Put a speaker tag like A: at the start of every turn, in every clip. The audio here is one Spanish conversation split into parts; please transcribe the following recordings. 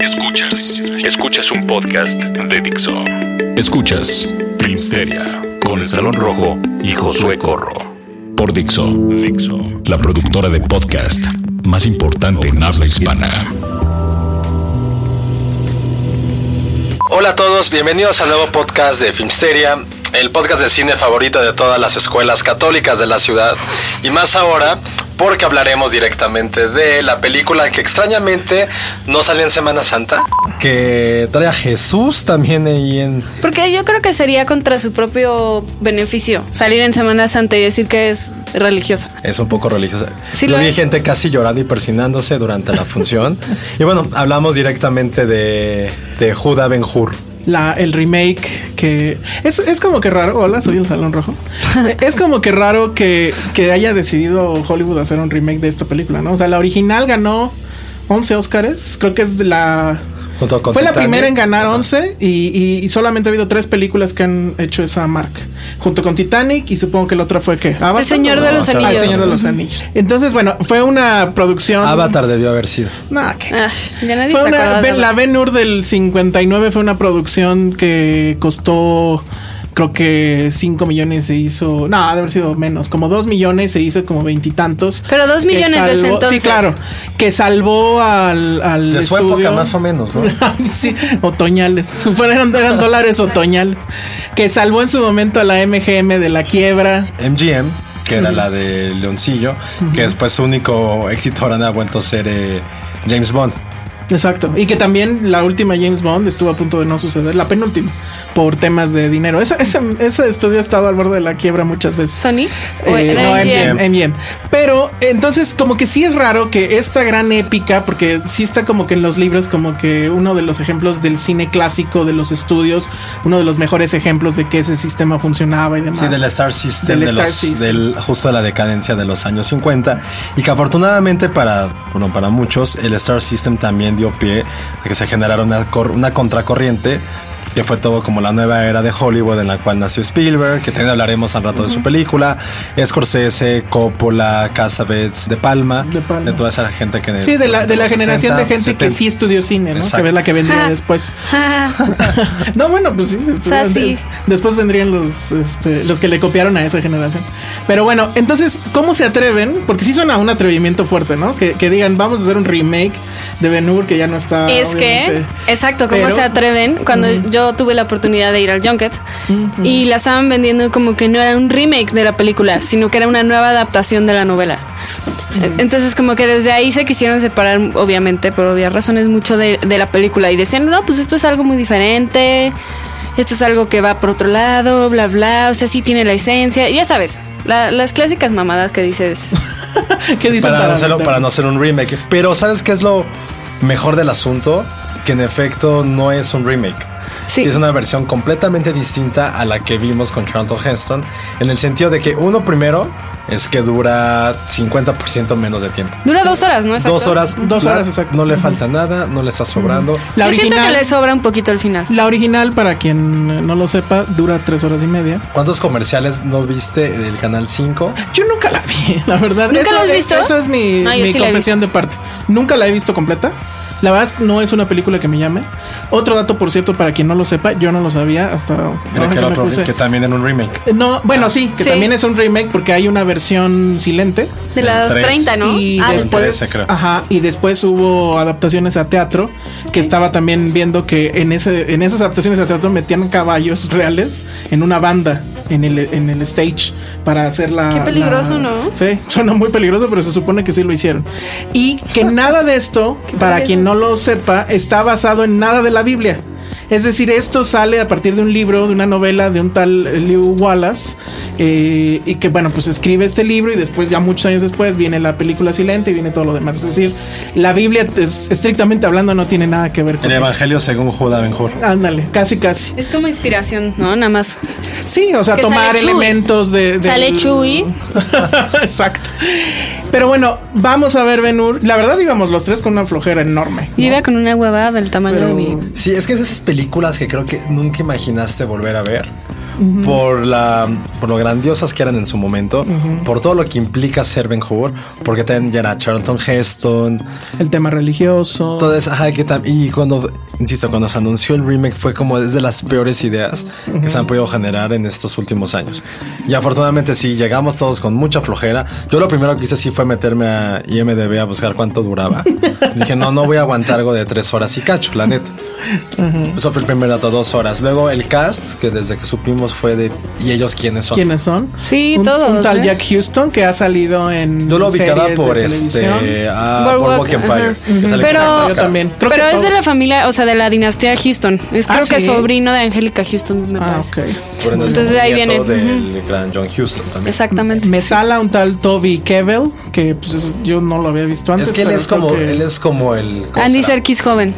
A: Escuchas, escuchas un podcast de Dixo. Escuchas Filmsteria con el Salón Rojo y Josué Corro. Por Dixo, Dixo, la productora de podcast más importante en habla hispana.
B: Hola a todos, bienvenidos al nuevo podcast de Filmsteria, el podcast de cine favorito de todas las escuelas católicas de la ciudad. Y más ahora, porque hablaremos directamente de la película que extrañamente no salió en Semana Santa.
C: que trae a Jesús también ahí en...
D: Porque yo creo que sería contra su propio beneficio salir en Semana Santa y decir que es religiosa.
C: Es un poco religiosa.
D: Sí,
C: Yo
D: lo
C: vi
D: es.
C: gente casi llorando y persinándose durante la función. y bueno, hablamos directamente de, de Judá Ben Hur.
E: la, el remake que es, es como que raro. Hola, soy el Salón Rojo. Eh, es como que raro que, que haya decidido Hollywood hacer un remake de esta película, ¿no? O sea, la original ganó 11 Óscares. Creo que es de la.
C: Junto con
E: Fue la
C: Titanic.
E: primera en ganar
C: Ajá.
E: 11 y, y- y solamente ha habido tres películas que han hecho esa marca. Junto con Titanic y supongo que la otra fue que Avatar.
D: Señor de
E: ¿no?
D: los
E: Ah, El
D: Anillos.
E: Señor de los Anillos. Entonces, bueno, fue una producción.
C: Avatar debió haber sido.
E: Nah, que-
D: Ah, ya nadie
E: fue
D: se
E: una-
D: acuerda de
E: Ben- la
D: Avatar.
E: Ben Hur del 59 fue una producción que costó creo que 5 millones se hizo, no, debe haber sido menos, como 2 millones se hizo como veintitantos.
D: Pero dos
E: que
D: millones desde
E: salvó-
D: entonces.
E: Sí, claro, que salvó al, al
C: De su
E: estudio.
C: época más o menos, ¿no?
E: Ay, sí, otoñales. Fueron eran dólares otoñales. Que salvó en su momento a la MGM de la quiebra.
C: MGM, que era la de Leoncillo, que después su único éxito ahora ha vuelto a ser eh, James Bond.
E: Exacto. Y que también la última James Bond estuvo a punto de no suceder, la penúltima, por temas de dinero. Ese, ese, ese estudio ha estado al borde de la quiebra muchas veces.
D: ¿Sony? ¿O
E: Eh,
D: era
E: no,
D: MGM?
E: MGM, MGM. Pero entonces como que sí es raro que esta gran épica, porque sí está como que en los libros como que uno de los ejemplos del cine clásico de los estudios, uno de los mejores ejemplos de que ese sistema funcionaba y demás.
C: Sí, del Star System,
E: Del
C: de
E: Star
C: los-
E: System.
C: del- justo de la decadencia de los años 50. Y que afortunadamente para, bueno, para muchos, el Star System también dio pie a que se generara una, cor- una contracorriente. Que fue todo como la nueva era de Hollywood en la cual nació Spielberg, que también hablaremos al rato de su película, Scorsese, Coppola, Cassavetes, De Palma,
E: De Palma.
C: toda esa gente que...
E: Sí, de la, de la
C: los
E: generación
C: 60,
E: de gente que
C: 70.
E: sí estudió cine, ¿no?
C: Exacto.
E: Que es la que vendría después. no, bueno, pues sí. se
D: sea,
E: estudiaron.
D: sí.
E: Después vendrían los, este, los que le copiaron a esa generación. Pero bueno, entonces, ¿cómo se atreven? Porque sí suena un atrevimiento fuerte, ¿no? Que, que digan, vamos a hacer un remake de Ben Hur que ya no está.
D: Es que,
E: Ah, obviamente.
D: exacto, como
E: Pero-
D: se atreven, cuando yo tuve la oportunidad de ir al Junket y la estaban vendiendo como que no era un remake de la película, sino que era una nueva adaptación de la novela. Entonces como que desde ahí se quisieron separar, obviamente, por obvias razones, mucho de, de la película y decían, no, pues esto es algo muy diferente, esto es algo que va por otro lado, bla, bla, o sea, sí tiene la esencia, ya sabes, la- las clásicas mamadas que dices.
E: ¿Qué dicen
C: para, no hacerlo- para no hacer un remake. Pero ¿sabes qué es lo mejor del asunto? Que en efecto no es un remake.
D: Sí.
C: Sí, es una versión completamente distinta a la que vimos con Charlton Heston. En el sentido de que uno primero es que dura 50% menos de tiempo.
D: Dura dos horas, ¿no? Exacto.
C: Dos horas.
E: Dos
C: flat,
E: horas, exacto.
C: No le
E: Ujú.
C: falta nada, no le está sobrando.
E: La
D: yo siento que
E: original,
D: le sobra un poquito al final.
E: la original, para quien no lo sepa, dura tres horas y media.
C: ¿Cuántos comerciales no viste del canal 5?
E: Yo nunca la vi, la verdad.
D: ¿Nunca
E: eso,
D: la has
E: es-
D: visto?
E: Eso es mi,
D: No, yo
E: mi
D: sí la he
E: confesión de parte. Nunca la he visto completa. La verdad es que no es una película que me llame. Otro dato, por cierto, para quien no lo sepa, yo no lo sabía hasta ahora
C: Creo que
E: que
C: era
E: me
C: otro
E: puse.
C: que también era un remake.
E: No, bueno, sí, que
D: Sí.
E: también es un remake porque hay una versión silente.
D: De las
C: Tres.
D: 30, ¿no?
E: Y
D: ah,
E: del
D: después.
C: 13, creo.
E: Ajá, y después hubo adaptaciones a teatro, que estaba también viendo que en ese en esas adaptaciones a teatro metían caballos reales en una banda en el en el stage para hacer la
D: Qué peligroso,
E: la-
D: ¿no?
E: Sí, suena muy peligroso, pero se supone que sí lo hicieron. Y que nada de esto, para quien no lo sepa, está basado en nada de la Biblia. Es decir, esto sale a partir de un libro, de una novela de un tal Lew Wallace, eh, y que bueno, pues escribe este libro y después, ya muchos años después, viene la película Silente y viene todo lo demás. Es decir, la Biblia, es- estrictamente hablando, no tiene nada que ver con...
C: El Evangelio según Judá Benjur.
E: Ándale, casi, casi.
D: Es como inspiración, ¿no? Nada más.
E: Sí, o sea,
D: Que
E: tomar
D: sale Chuy.
E: elementos de... del-
D: Sale Chuy.
E: Exacto. Pero bueno, vamos a ver Benur. La verdad íbamos los tres con una flojera enorme.
D: Yo iba con una huevada del tamaño
E: Pero-
D: de mi.
C: Sí, es que es de esas películas que creo que nunca imaginaste volver a ver. Por la por lo grandiosas que eran en su momento, por todo lo que implica ser Ben Hur, porque también ya era Charlton Heston,
E: El tema religioso.
C: Entonces, ajá, que tam- y cuando, insisto, cuando se anunció el remake fue como desde las peores ideas que se han podido generar en estos últimos años. Y afortunadamente sí, llegamos todos con mucha flojera. Yo lo primero que hice sí fue meterme a IMDB a buscar cuánto duraba. Dije, no, no voy a aguantar algo de tres horas y cacho, la neta. Eso fue el primer dato, dos horas. Luego el cast, que desde que supimos fue de, ¿y ellos quiénes son?
E: ¿Quiénes son?
D: Sí,
E: un,
D: todos,
E: Un tal
D: ¿eh?
E: Jack Houston que ha salido en.
C: Yo lo ubicaba
E: series de
C: por
E: televisión.
C: este, a
D: Boardwalk,
C: Boardwalk Empire.
D: ajá.
C: que sale
D: Pero-
C: con Frank
E: Yo
C: Casca.
E: también.
D: Pero
E: Creo que
D: es de
E: todo-
D: la familia, o sea, de la dinastía Houston. Es
E: Ah,
D: creo que
E: sí.
D: sobrino de Angélica Houston, me
E: Ah,
D: parece.
E: ok.
C: Por ende, es
D: Entonces,
C: como
D: ahí
C: nieto
D: viene.
C: Del gran John Houston también.
D: Exactamente.
E: Me sala un tal Toby Kebbell que pues, es- yo no lo había visto antes.
C: Es que él
E: pero
C: es
E: creo
C: como,
E: que-
C: él es como el.
E: Mm.
C: ¿cómo
D: Andy
C: será?
D: Serkis joven.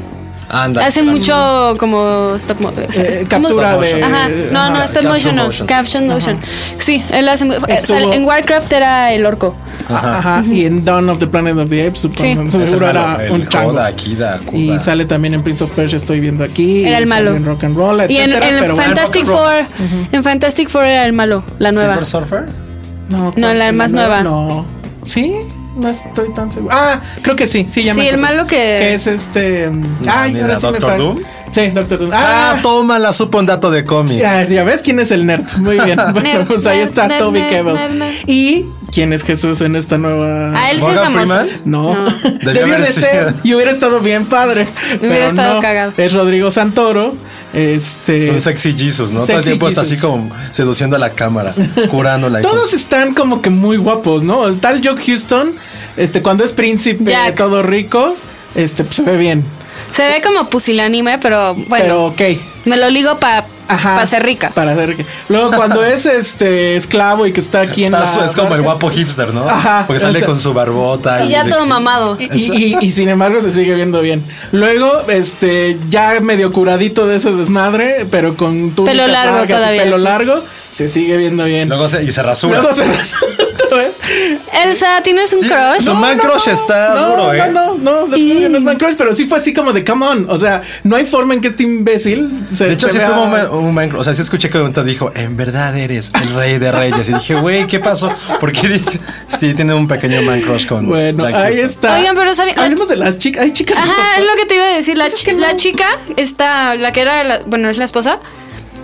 C: Ándale,
D: Ah, Hace
C: gracias.
D: mucho como stop motion.
E: Eh, captura eh, de.
D: Ajá, no, no,
C: ajá,
D: stop
C: caption
D: motion no,
C: motion.
D: caption motion. Sí, él hace. mu- eh,
E: Estuvo-
D: sale- en Warcraft era el orco.
E: Ajá. Y en Dawn of the Planet of the Apes, supongo.
D: Sí.
C: Es el
E: Seguro
C: malo,
E: era
C: el
E: un chango.
C: Koda, Akida, Kuda.
E: Y sale también en Prince of Persia, estoy viendo aquí.
D: Era
E: y
D: el
E: salió
D: malo.
E: En Rock and Roll,
D: y en,
E: etcétera,
D: en
E: pero bueno.
D: Fantastic
E: Rock and Roll.
D: Four, en Fantastic Four era el malo, la nueva.
C: Silver Surfer.
E: No,
D: No, la más nueva.
E: No. ¿Sí? No estoy tan seguro. Ah, creo que sí, sí, ya me
D: Sí, el
E: acordé.
D: malo que-
E: Que es este... ay,
C: ni
E: ahora
C: la
E: sí me
C: Mm, Doctor
E: fal-
C: Doom.
E: Sí, Doctor Doom.
C: Ah,
E: Ah,
C: tómala, supo un dato de cómics.
E: ya, ya ves quién es el nerd. Muy bien. Bueno,
D: Nerd,
E: pues ahí
D: nerd,
E: está
D: nerd,
E: Toby
D: nerd,
E: Kebbell.
D: nerd, nerd.
E: ¿Y quién es Jesús en esta nueva...?
D: A él sí es
C: Morgan
D: famoso.
C: Freeman.
E: No,
C: Debió
E: debió
C: haber
E: de ser
C: sido.
E: y hubiera estado bien padre.
D: Hubiera
E: pero
D: estado
E: no.
D: cagado.
E: Es Rodrigo Santoro, este
C: Un sexy Jesus, ¿no? Todo el
E: Sexy
C: tiempo está así
E: Jesus.
C: como seduciendo a la cámara, curándola. y
E: Todos están como que muy guapos, ¿no? El tal Jock Houston, este, cuando es príncipe
D: Jack.
E: todo rico, este, pues, se ve bien.
D: Se ve como pusilánime, pero bueno,
E: pero ok.
D: me lo ligo para
E: Ajá.
D: ser rica.
E: Para ser rica. Luego, cuando es este esclavo y que está aquí en
C: Está
E: la
C: su- es como el
E: barca,
C: guapo hipster, ¿no?
E: Ajá,
C: Porque sale
E: o sea-
C: con su barbota.
D: y ya
C: de-
D: todo mamado.
E: Y, y- y sin embargo se sigue viendo bien. Luego, este, ya medio curadito de ese desmadre, pero con túnicas
D: Pelo largo
E: largas y
D: todavía,
E: pelo
D: sí.
E: largo, se sigue viendo bien.
C: Luego se, y se rasura.
E: Luego se ¿ves?
D: Elsa, ¿tienes un
C: Sí,
D: crush?
C: Su man crush está
E: No,
C: duro,
E: no,
C: ¿eh?
E: no, no, no, no es man crush, pero sí fue así como de come on. O sea, no hay forma en que este imbécil se.
C: De hecho,
E: se
C: sí
E: vea-
C: tuvo un, man- un man crush. O sea, sí escuché que un tonto dijo, en verdad eres el rey de reyes. Y dije, güey, ¿qué pasó? Porque sí tiene un pequeño man crush con
E: Bueno,
C: Jack
E: ahí
C: Houston.
E: está.
D: Oigan, pero sabía-
E: Hablemos de las chicas. Hay chicas.
D: Ajá, es lo que te iba a decir. La,
E: Pues Es
D: chi-
E: que no.
D: la chica, esta, la que era, la- bueno, es la esposa.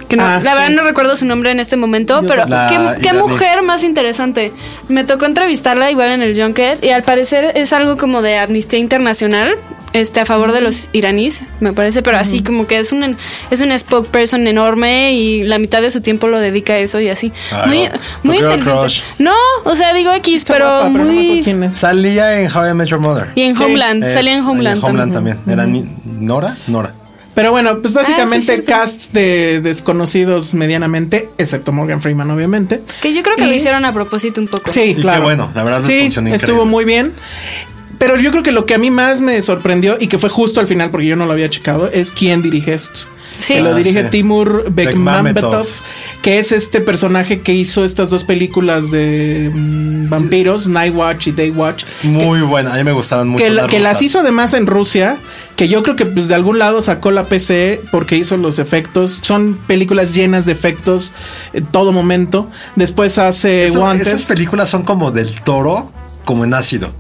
D: Que no-
E: Ah,
D: la verdad
E: sí.
D: no recuerdo su nombre en este momento, pero
C: tampoco.
D: qué-
C: La
D: qué,
C: iraní.
D: mujer más interesante. Me tocó entrevistarla igual en el Junket y al parecer es algo como de Amnistía Internacional. Este, a favor de los iraníes, me parece, pero así como que es un es una spokesperson enorme y la mitad de su tiempo lo dedica a eso y así.
C: Ah,
D: muy
C: no.
D: muy
C: Tu girl
D: inteligente.
C: crush.
D: No, o sea, digo X,
E: Está
D: pero,
E: guapa, no me
D: muy
E: acuerdo quién es.
C: Salía en How I Met Your Mother.
D: y en
E: Sí.
D: Homeland,
C: Es-
D: salía en
C: ahí
D: Homeland.
C: en Homeland
D: también.
C: también. Era ni- Nora, Nora.
E: Pero bueno, pues
D: Ah, sí,
E: básicamente
D: es cierto.
E: cast de desconocidos medianamente, excepto Morgan Freeman, obviamente.
D: Que yo creo que
E: Y-
D: lo hicieron a propósito un poco.
E: Sí,
C: Y qué
E: claro.
C: bueno, la verdad les
E: sí,
C: funcionó increíble.
E: estuvo muy bien. Pero yo creo que lo que a mí más me sorprendió y que fue justo al final porque yo no lo había checado es quién dirige esto.
D: Sí.
E: Que lo
C: Ah,
E: dirige
C: sí.
E: Timur Bekmambetov,
C: Bekmambetov.
E: que es este personaje que hizo estas dos películas de mm, vampiros, Night Watch y Day Watch.
C: Muy buena. A mí me gustaban mucho.
E: Que, la-
C: las
E: que las
C: rusas.
E: hizo además en Rusia, que yo creo que pues, de algún lado sacó la PC porque hizo los efectos. Son películas llenas de efectos en todo momento. Después hace
C: Eso-
E: Wanted.
C: Esas películas son como del toro, como en ácido.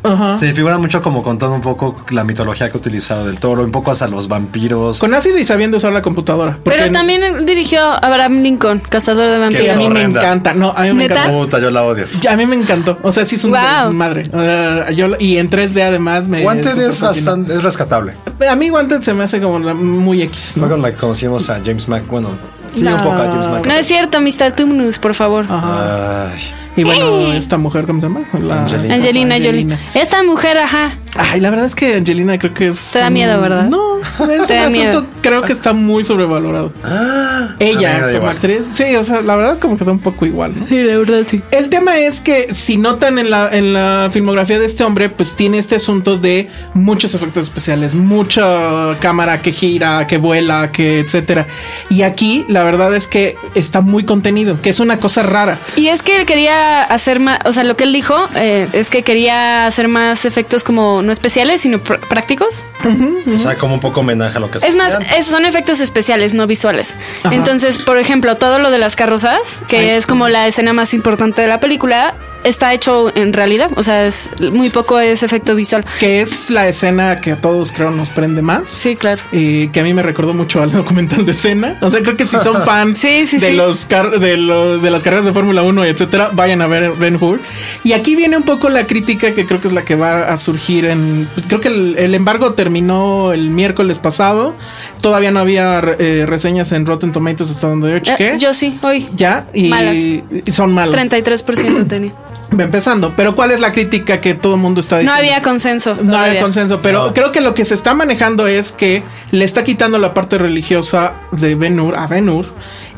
E: Ajá.
C: Se figura mucho como contando un poco la mitología que ha utilizado del toro, un poco hasta los vampiros.
E: Con ácido y sabiendo usar la computadora. porque
D: Pero también él dirigió a Abraham Lincoln, Cazador de
E: a
D: Vampiros.
E: mí me
C: horrenda.
E: encanta. No, a mí me
D: ¿Neta?
E: encanta.
C: Puta, yo la odio.
E: Ya, A mí me encantó. O sea, sí es un
D: Wow.
E: es un madre. Uh, yo, y en 3D además me.
C: Wanted
E: súper
C: es
E: fascinó.
C: bastante, es rescatable.
E: Pues, A mí Wanted se me hace como la- muy X. ¿no?
C: Fue con la que conocimos a James Mac. Bueno, sí,
E: No.
C: un poco a James Mac.
D: No es cierto, Mr. Tumnus, por favor.
E: Ajá.
C: Ay,
E: Y bueno, esta mujer, ¿cómo se llama? La-
C: Angelina.
D: Angelina Jolie. Esta mujer, ajá.
E: Ay, la verdad es que Angelina creo que es.
D: Te da miedo,
E: un-
D: ¿verdad?
E: No, es
D: Te
E: un
D: da
E: asunto,
D: miedo.
E: creo que está muy sobrevalorado.
C: a mí me
E: Ella
C: Ah. da
E: como
C: igual.
E: actriz. Sí, o sea, la verdad es como que da un poco igual, ¿no?
D: Sí, la verdad, sí.
E: El tema es que si notan en la, en la filmografía de este hombre, pues tiene este asunto de muchos efectos especiales, mucha cámara que gira, que vuela, que etcétera. Y aquí la verdad es que está muy contenido, que es una cosa rara.
D: Y es que él quería hacer más, o sea, lo que él dijo eh, es que quería hacer más efectos como no especiales, sino pr- prácticos.
C: o sea, como un poco homenaje a lo que se
D: Es más, eh,
C: hacía antes.
D: esos son efectos especiales, no visuales. Entonces, por ejemplo, todo lo de las carrozas, que es como la escena más importante de la película, está hecho en realidad. O sea, es muy poco es efecto visual.
E: Que es la escena que a todos creo nos prende más.
D: Sí, claro.
E: eh, que a mí me recordó mucho al documental de Cena. O sea, creo que si son fans
D: Sí, sí,
E: de,
D: sí.
E: Los car- de, lo- de las carreras de Fórmula 1, etcétera, vayan a ver Ben Hur. Y aquí viene un poco la crítica que creo que es la que va a surgir en. Pues creo que el, el embargo terminó el miércoles pasado. Todavía no había eh, reseñas en Rotten Tomatoes hasta donde yo chequé.
D: Eh, Yo sí, hoy.
E: ya, y,
D: Malas.
E: y son malas.
D: 33% tenía.
E: Va empezando. Pero ¿cuál es la crítica que todo el mundo está
D: No
E: diciendo?
D: había consenso.
E: No
D: todavía.
E: hay consenso, pero
C: No.
E: creo que lo que se está manejando es que le está quitando la parte religiosa de Ben Hur a Ben Hur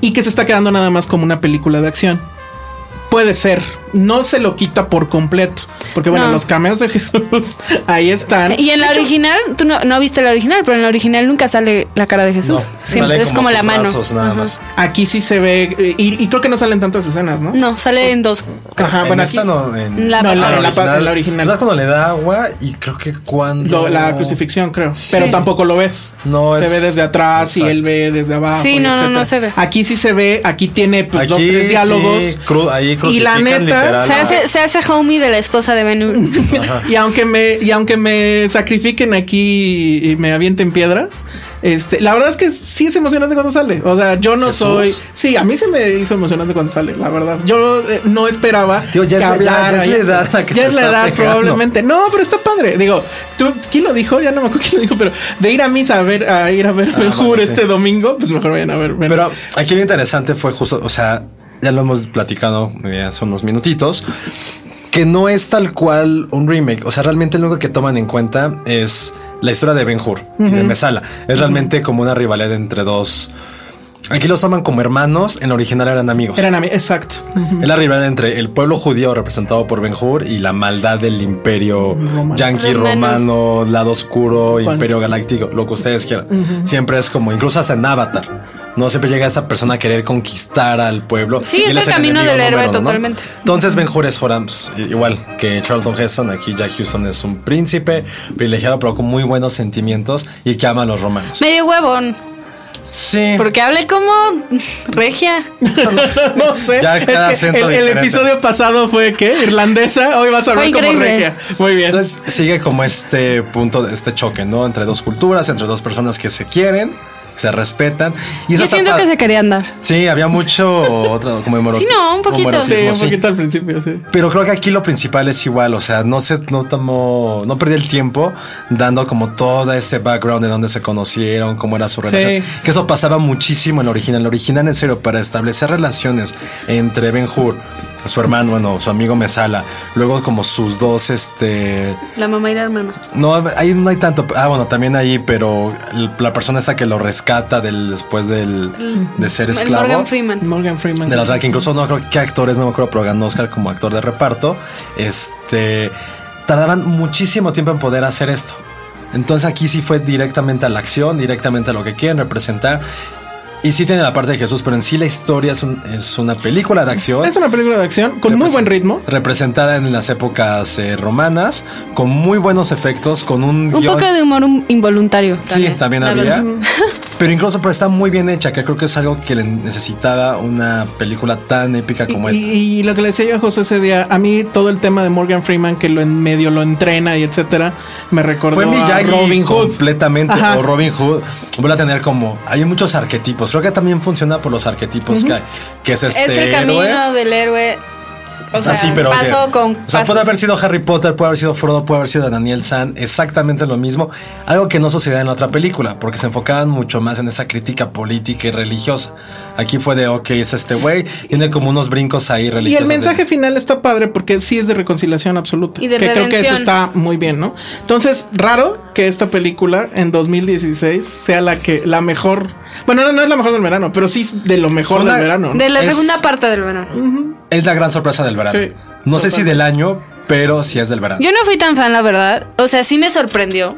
E: y que se está quedando nada más como una película de acción. Puede ser, no se lo quita por completo, porque bueno,
D: No.
E: los cameos de Jesús ahí están.
D: Eh, Y en la
E: De hecho,
D: original, tú no, no viste la original, pero en la original nunca sale la cara de Jesús.
C: No,
D: Siempre
C: sale
D: es como la
C: sus
D: mano.
C: brazos, nada más.
E: Aquí sí se ve, eh, y, y creo que no salen tantas escenas, ¿no?
D: No, sale en dos.
E: Ajá,
C: en
E: bueno, aquí
C: esta no, en
D: La
E: No,
D: pasada.
E: la- la original.
C: ¿Sabes cuando le da agua? Y creo que cuando.
E: lo- la crucifixión, creo,
C: Sí.
E: pero tampoco lo ves.
C: No,
E: se
C: es-
E: ve desde atrás y él
C: Exacto.
E: ve desde abajo.
D: Sí,
E: y
D: no, no,
E: etcétera.
D: no se ve.
E: Aquí sí se ve, aquí tiene pues, dos, tres
C: sí,
E: diálogos.
C: cru- ahí
E: Y la
C: crucifican
E: neta,
C: literal
D: Se
C: a-
D: hace, se hace homie de la esposa de Ben Hur.
E: Y aunque me, y aunque me sacrifiquen aquí y me avienten piedras, este, la verdad es que sí es emocionante cuando sale. O sea, yo no
C: ¿Jesús?
E: soy. Sí, a mí se me hizo emocionante cuando sale, la verdad. Yo eh, no esperaba.
C: Tío, ya es la- ya- ya es la edad la que
E: Ya
C: te
E: es la
C: está
E: edad,
C: pegando.
E: probablemente. No, pero está padre. Digo, tú, ¿quién lo dijo? Ya no me acuerdo quién lo dijo, pero de ir a misa a ver, a ir a ver Ben
C: Ah, bueno,
E: Hur
C: sí.
E: este domingo, pues mejor vayan a ver. Ben
C: Pero aquí lo interesante fue justo, o sea, ya lo hemos platicado eh, hace unos minutitos, que no es tal cual un remake. O sea, realmente lo único que toman en cuenta es la historia de Ben Hur y de Mesala. Es realmente como una rivalidad entre dos. Aquí los toman como hermanos, en la original eran amigos.
E: eran a mí, exacto.
C: Es la rivalidad entre el pueblo judío representado por Ben Hur y la maldad del imperio yanqui
D: Romano.
C: romano, lado oscuro, imperio galáctico, lo que ustedes quieran. Siempre es como, incluso hasta en Avatar. No siempre llega esa persona a querer conquistar al pueblo.
D: Sí,
C: Y
D: es
C: él
D: el camino
C: enemigo
D: del héroe
C: número uno, ¿no?
D: totalmente.
C: Entonces Ben Hur es Horam, pues, i- igual que Charlton Heston. Aquí Jack Houston es un príncipe privilegiado, pero con muy buenos sentimientos y que ama a los romanos.
D: Medio huevón.
C: Sí.
D: Porque hable como regia.
E: No sé.
C: Ya
E: es
C: cada
E: que
C: acento
E: el, el
C: diferente.
E: episodio pasado fue que irlandesa. Hoy vas a
D: Fue
E: hablar como
D: increíble.
E: regia. Muy bien.
C: Entonces sigue como este punto, este choque, ¿no? Entre dos culturas, entre dos personas que se quieren, se respetan. Y eso
D: Yo
C: está
D: siento que
C: padre.
D: se querían dar.
C: Sí, había mucho otro como humor-
D: Sí, no, un poquito.
C: humoratismo,
E: Sí, un
C: sí.
E: poquito al principio, sí.
C: Pero creo que aquí lo principal es igual, o sea, no se no tomó, no perdí el tiempo dando como todo este background de dónde se conocieron, cómo era su relación.
E: Sí.
C: Que eso pasaba muchísimo en la original. En la original, en serio, para establecer relaciones entre Ben Hur, su hermano, bueno, su amigo Mesala, luego como sus dos, este,
D: La mamá y la hermana.
C: no, ahí no hay tanto. Ah, bueno, también ahí, pero el- la persona esta que lo rescata del, después del, de ser
D: El
C: esclavo.
D: Morgan Freeman.
E: Morgan Freeman.
C: De la otra que incluso no creo que actores, no me acuerdo, pero ganó Oscar como actor de reparto. Este. Tardaban muchísimo tiempo en poder hacer esto. Entonces aquí sí fue directamente a la acción, directamente a lo que quieren representar. Y sí tiene la parte de Jesús, pero en sí la historia es, un- es una película de acción.
E: Es una película de acción con muy
C: Represen-
E: buen ritmo.
C: Representada en las épocas eh, romanas, con muy buenos efectos, con un,
D: Un
C: guión-
D: poco de humor un- involuntario.
C: Sí, también
D: La
C: había.
D: verdad.
C: Pero incluso pero está muy bien hecha, que creo que es algo que le necesitaba una película tan épica como
E: y,
C: esta.
E: y lo que le decía yo a José ese día, a mí todo el tema de Morgan Freeman que lo en medio lo entrena y etcétera, me recordó
C: Fue
E: a
C: Miyagi
E: Robin Hood.
C: completamente.
E: Ajá.
C: O Robin Hood. Vuelve a tener como. Hay muchos arquetipos. Creo que también funciona por los arquetipos que hay. Que es este.
D: es el camino
C: héroe.
D: del héroe. O sea,
C: Ah, sí, pero, oye,
D: paso
C: o
D: con
C: sea,
D: paso.
C: puede haber sido Harry Potter, puede haber sido Frodo, puede haber sido Daniel San, exactamente lo mismo. Algo que no sucedía en la otra película, porque se enfocaban mucho más en esa crítica política y religiosa. Aquí fue de, ok, es este güey, tiene como unos brincos ahí
E: Y
C: religiosos.
E: el
C: de-
E: mensaje final está padre porque sí es de reconciliación absoluta.
D: Y de
E: que creo que eso
D: redención.
E: está muy bien, ¿no? Entonces, raro que esta película en 2016 sea la que la mejor. Bueno, no, no es la mejor del verano, pero sí es de lo mejor
C: Fue una-
E: del verano. ¿no?
D: de la
C: es-
D: segunda parte del verano.
C: Es la gran sorpresa del verano.
E: Sí,
C: no sé si
E: totalmente.
C: del año, pero sí es del verano.
D: Yo no fui tan fan, la verdad. O sea, sí me sorprendió,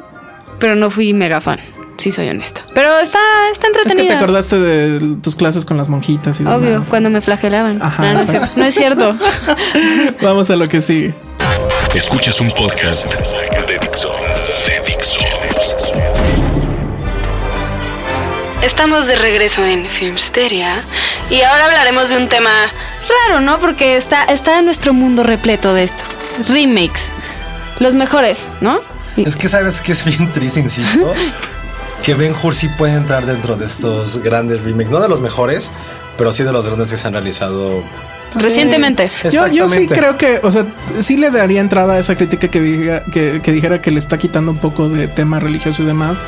D: pero no fui mega fan. Sí, soy honesta. Pero está, está
E: Es que
D: entretenida.
E: te acordaste de tus clases con las monjitas y
D: Obvio,
E: demás.
D: cuando me flagelaban.
E: Ajá,
D: Ah, no, es
E: exacto.
D: cierto. no es cierto.
E: Vamos a lo que sigue.
A: Escuchas un podcast de Dixo. De Dixo.
D: Estamos de regreso en Filmsteria y ahora hablaremos de un tema raro, ¿no? Porque está, está en nuestro mundo repleto de esto. Remakes. Los mejores, ¿no? Y-
C: Es que sabes que es bien triste, insisto, que Ben Hur sí puede entrar dentro de estos grandes remakes, no de los mejores, pero sí de los grandes que se han realizado.
D: Recientemente.
E: Yo, yo sí
C: Exactamente.
E: creo que, o sea, sí le daría entrada a esa crítica que, diga, que, que dijera que le está quitando un poco de tema religioso y demás.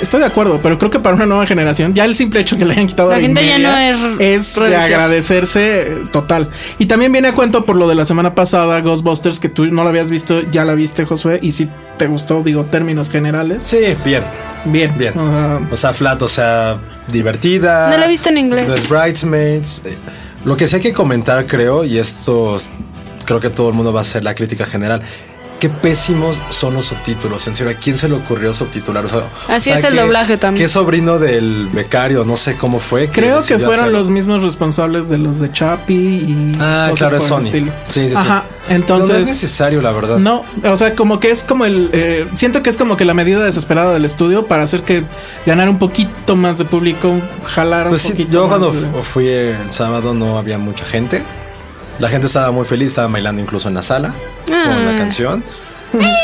E: Estoy de acuerdo, pero creo que para una nueva generación, ya el simple hecho que le hayan quitado
D: La
E: hora y
D: gente ya
E: media
D: no es
E: es de
D: religiosa.
E: agradecerse eh, total. Y también viene a cuento por lo de la semana pasada, Ghostbusters, que tú no la habías visto, ya la viste, Josué, y si te gustó, digo, términos generales.
C: Sí, bien,
E: Bien,
C: bien.
E: O sea,
C: O sea, flat, o sea,
E: Ah,
C: divertida.
D: No la he visto en inglés.
E: pues
C: Los Bridesmaids. eh, Lo que sí hay que comentar, creo, y esto s- creo que todo el mundo va a hacer la crítica general. Qué pésimos son los subtítulos. En serio, ¿a quién se le ocurrió subtitular? O sea,
D: Así
C: o sea,
D: es el
C: qué-
D: doblaje también.
C: Qué sobrino del becario, no sé cómo fue.
E: creo que
C: decidió
E: fueron
C: hacerlo.
E: los mismos responsables de los de Chapi y.
C: Ah,
E: cosas
C: claro, es
E: por el
C: Sony.
E: estilo.
C: Sí, sí, sí.
E: Ajá. Entonces.
C: No, no es necesario, la verdad.
E: No, o sea, como que es como el. eh, siento que es como que la medida desesperada del estudio para hacer que ganar un poquito más de público, jalar
C: Pues
E: un
C: sí,
E: poquito.
C: yo
E: más
C: cuando
E: de-
C: fu- fui el sábado no había mucha gente. La gente estaba muy feliz, estaba bailando incluso en la sala con
D: Ah.
C: la canción.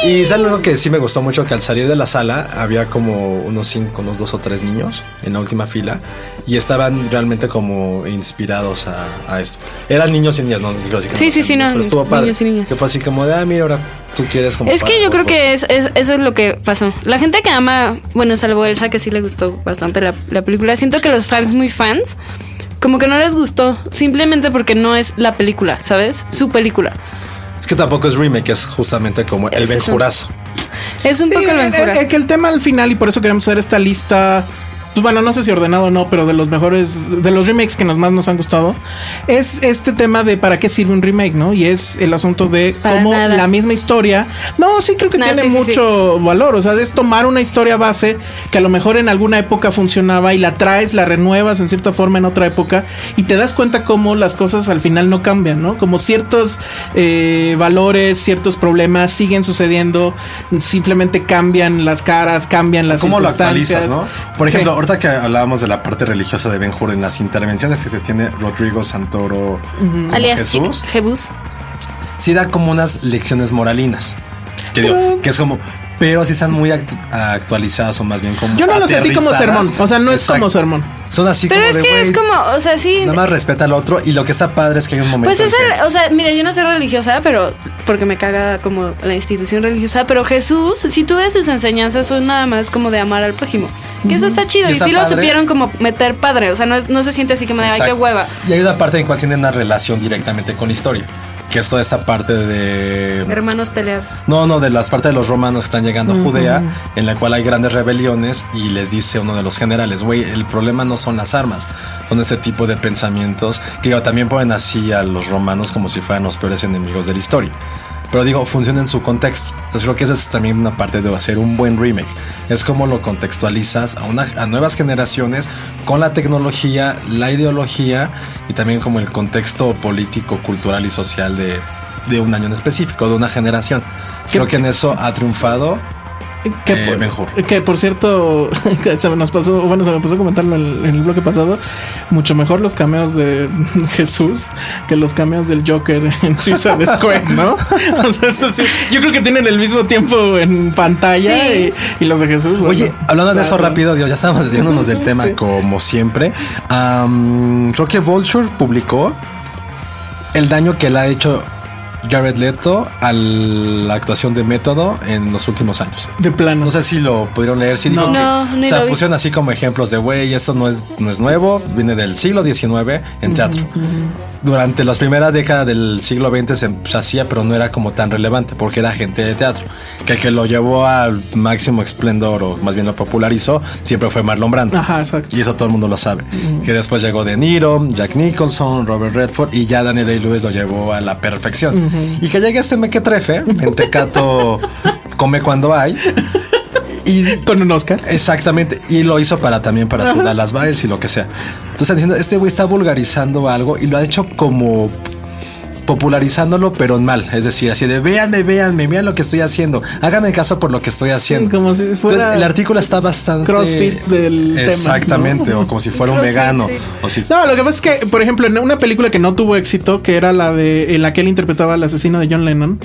C: Y es algo que sí me gustó mucho que al salir de la sala había como unos cinco, unos dos o tres niños en la última fila y estaban realmente como inspirados a, a esto. Eran niños y niñas, no quiero decir que
D: Sí,
C: no
D: sí,
C: sean
D: sí,
C: niños,
D: no,
C: pero estuvo padre.
D: niños y niñas.
C: Que fue así como de, ah, mira, ahora tú quieres como
D: Es que
C: para
D: yo creo
C: vos, vos".
D: que es, es- eso es lo que pasó. La gente que ama, bueno, salvo Elsa, que sí le gustó bastante la, la película, siento que los fans muy fans, como que no les gustó, simplemente porque no es la película, ¿sabes? Su película.
C: es que tampoco es remake, es justamente como el
D: Ese es un-
C: benjurazo.
D: Es un
E: Sí,
D: poco el
E: eh,
D: Ventura.
E: eh, que el tema al final, y por eso queremos hacer esta lista. Pues bueno, no sé si ordenado o no, pero de los mejores, de los remakes que nos más nos han gustado, es este tema de para qué sirve un remake, ¿no? Y es el asunto de
D: Para
E: cómo
D: nada.
E: la misma historia. No, sí creo que
D: No,
E: tiene
D: sí, sí,
E: mucho valor. O sea, es tomar una historia base que a lo mejor en alguna época funcionaba y la traes, la renuevas en cierta forma en otra época y te das cuenta cómo las cosas al final no cambian, ¿no? Como ciertos eh, valores, ciertos problemas siguen sucediendo, simplemente cambian las caras, cambian las
C: ¿Cómo lo
E: circunstancias.
C: actualizas, no? Por
E: Sí.
C: ejemplo, ahorita que hablábamos de la parte religiosa de Ben Hur en las intervenciones que tiene Rodrigo Santoro como
D: Alias
C: Jesús,
D: Jebus.
C: sí da como unas lecciones moralinas. Que digo, que es como, pero sí están muy actu- actualizadas o más bien como.
E: Yo no lo sentí como
C: aterrizadas.
E: sermón, o sea, no es
C: Exacto.
E: como sermón.
C: Son así
D: Pero
C: como
D: es
C: de,
D: que es
C: "Güey,
D: como, o sea, sí.
C: Nada más respeta al otro y lo que está padre es que hay un momento.
D: Pues es
C: en que-
D: el, o sea, mira, yo no soy religiosa, pero porque me caga como la institución religiosa, pero Jesús, si tú ves sus enseñanzas, son nada más como de amar al prójimo. Que eso está chido,
C: Y
D: y,
C: está
D: sí lo
C: padre.
D: supieron como meter padre, o sea, no, es- no se siente así como de, ay, qué
C: Exacto.
D: hueva.
C: Y hay una parte en cual tiene una relación directamente con la historia. Que es toda esta parte de.
D: Hermanos peleados.
C: No, no, de las partes de los romanos que están llegando a Judea, en la cual hay grandes rebeliones y les dice uno de los generales, güey, el problema no son las armas, son ese tipo de pensamientos que digo, también ponen así a los romanos como si fueran los peores enemigos de la historia. Pero digo, funciona en su contexto. Entonces creo que esa es también una parte de hacer un buen remake. Es como lo contextualizas a, una, a nuevas generaciones con la tecnología, la ideología y también como el contexto político, cultural y social de, de un año en específico, de una generación. Creo que en eso ha triunfado
E: Que,
C: Eh,
E: por,
C: Ben Hur.
E: que por cierto, que se nos pasó, bueno, se me pasó comentarlo en, en el bloque pasado. Mucho mejor los cameos de Jesús que los cameos del Joker en Suicide Squad, ¿no? O sea, eso sí, yo creo que tienen el mismo tiempo en pantalla
D: Sí.
E: y, y los de Jesús. bueno,
C: Oye, hablando de eso
E: claro.
C: rápido, Dios, ya estamos desviándonos del tema
E: Sí.
C: como siempre. Am, creo que Vulture publicó el daño que le ha hecho Jared Leto a la actuación de Método en los últimos años.
E: De plano.
C: No sé si lo pudieron leer, si dijo
E: No.
C: que-
D: No, ni
C: o sea,
D: lo vi.
C: pusieron así como ejemplos de, güey, esto no es, no es nuevo, viene del siglo XIX en teatro. Durante las primeras décadas del siglo XX se, se hacía, pero no era como tan relevante porque era gente de teatro. Que el que lo llevó al máximo esplendor, o más bien lo popularizó, siempre fue Marlon Brando.
E: Ajá, exacto.
C: Y eso todo el mundo lo sabe. Que después llegó De Niro, Jack Nicholson, Robert Redford y ya Daniel Day-Lewis lo llevó a la perfección. Y que llegue este mequetrefe, mentecato come cuando hay. Y,
E: Con un Oscar.
C: Exactamente, y lo hizo para también para sudar las bailes y lo que sea. Entonces diciendo, este güey está vulgarizando algo y lo ha hecho como popularizándolo, pero en mal. Es decir, así de véanme, véanme, vean lo que estoy haciendo. Háganme caso por lo que estoy haciendo.
E: como si fuera
C: Entonces, el artículo está bastante.
E: crossfit del tema,
C: Exactamente, o como si fuera un
D: Crossfit,
C: vegano.
D: sí.
C: O si
E: No, lo que pasa es que, por ejemplo, en una película que no tuvo éxito, que era la de en la que él interpretaba al asesino de John Lennon,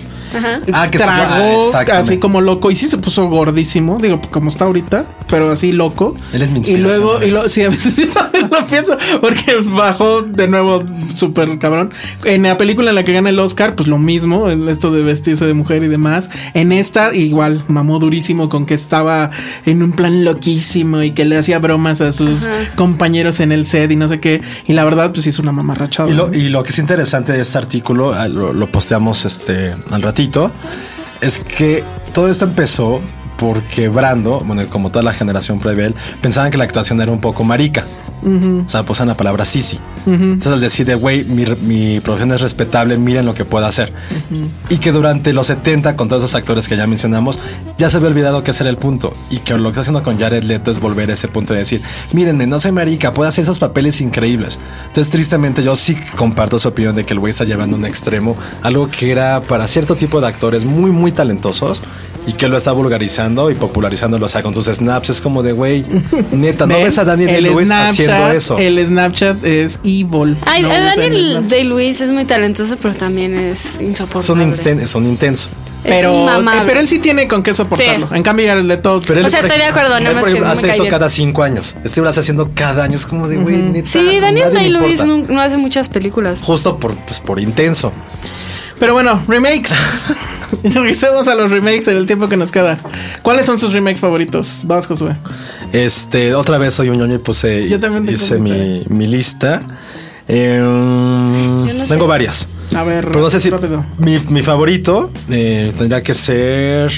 C: Ah, que se- ah,
E: tragó
C: exactamente.
E: así como loco y sí se puso gordísimo, digo, como está ahorita, pero así loco.
C: Él es mi
E: Y
C: inspiración,
E: luego,
C: ¿no?
E: y lo- sí, a veces sí también lo pienso, porque bajó de nuevo súper cabrón. En la película en la que gana el Oscar, pues lo mismo, en esto de vestirse de mujer y demás. En esta, igual, mamó durísimo con que estaba en un plan loquísimo y que le hacía bromas a sus compañeros en el set y no sé qué. Y la verdad, pues hizo una mamarrachada.
C: Y lo,
E: ¿no?
C: y lo que es interesante de este artículo, ah, lo, lo posteamos este al ratito, es que todo esto empezó porque Brando, bueno, como toda la generación previa, a él, pensaban que la actuación era un poco marica. O sea, posan la palabra sisi. Entonces, al decir de, güey, mi, mi profesión es respetable, miren lo que puedo hacer. Y que durante los 70, con todos esos actores que ya mencionamos, ya se había olvidado que ese era el punto. Y que lo que está haciendo con Jared Leto es volver a ese punto de decir, mírenme, no soy marica, puedo hacer esos papeles increíbles. Entonces, tristemente, yo sí comparto su opinión de que el güey está llevando a un extremo, algo que era para cierto tipo de actores muy, muy talentosos, y que lo está vulgarizando y popularizándolo. O sea, con sus snaps es como de, güey, neta, no
E: ¿Ven?
C: ves a Daniel
E: El
C: Lewis
E: Snapchat-
C: haciendo eso.
E: El Snapchat es evil.
D: Ay, eh,
E: No usen el
D: Daniel
E: Snapchat.
D: de Luis es muy talentoso, pero también es insoportable.
C: Son, insten- son intensos.
D: Es
E: Pero, eh,
D: inmamable.
E: pero él sí tiene con qué soportarlo.
D: Sí.
E: En cambio, ya el de todo.
C: Pero
D: O sea, estoy de acuerdo, nada
C: él, por
D: más que
C: ejemplo,
D: no me
C: hace
D: cae
C: eso
D: bien.
C: cada cinco años. Este lo está haciendo cada año. Es como de, güey, neta,
D: Sí,
C: a
D: Daniel
C: nadie le
D: Day-Lewis
C: importa.
D: no, no hace muchas películas.
C: Justo por, pues, por intenso.
E: Pero bueno, remakes. Regresemos a los remakes en el tiempo que nos queda. ¿Cuáles son sus remakes favoritos? Vas, Josué.
C: Este, otra vez soy un ñoño y puse,
E: Yo también tengo
C: hice
E: mi
C: mi, mi lista. Eh,
D: no sé.
C: tengo varias.
E: A ver,
C: Pero Pues no sé si
E: rápido.
C: mi, mi favorito eh, tendría que ser.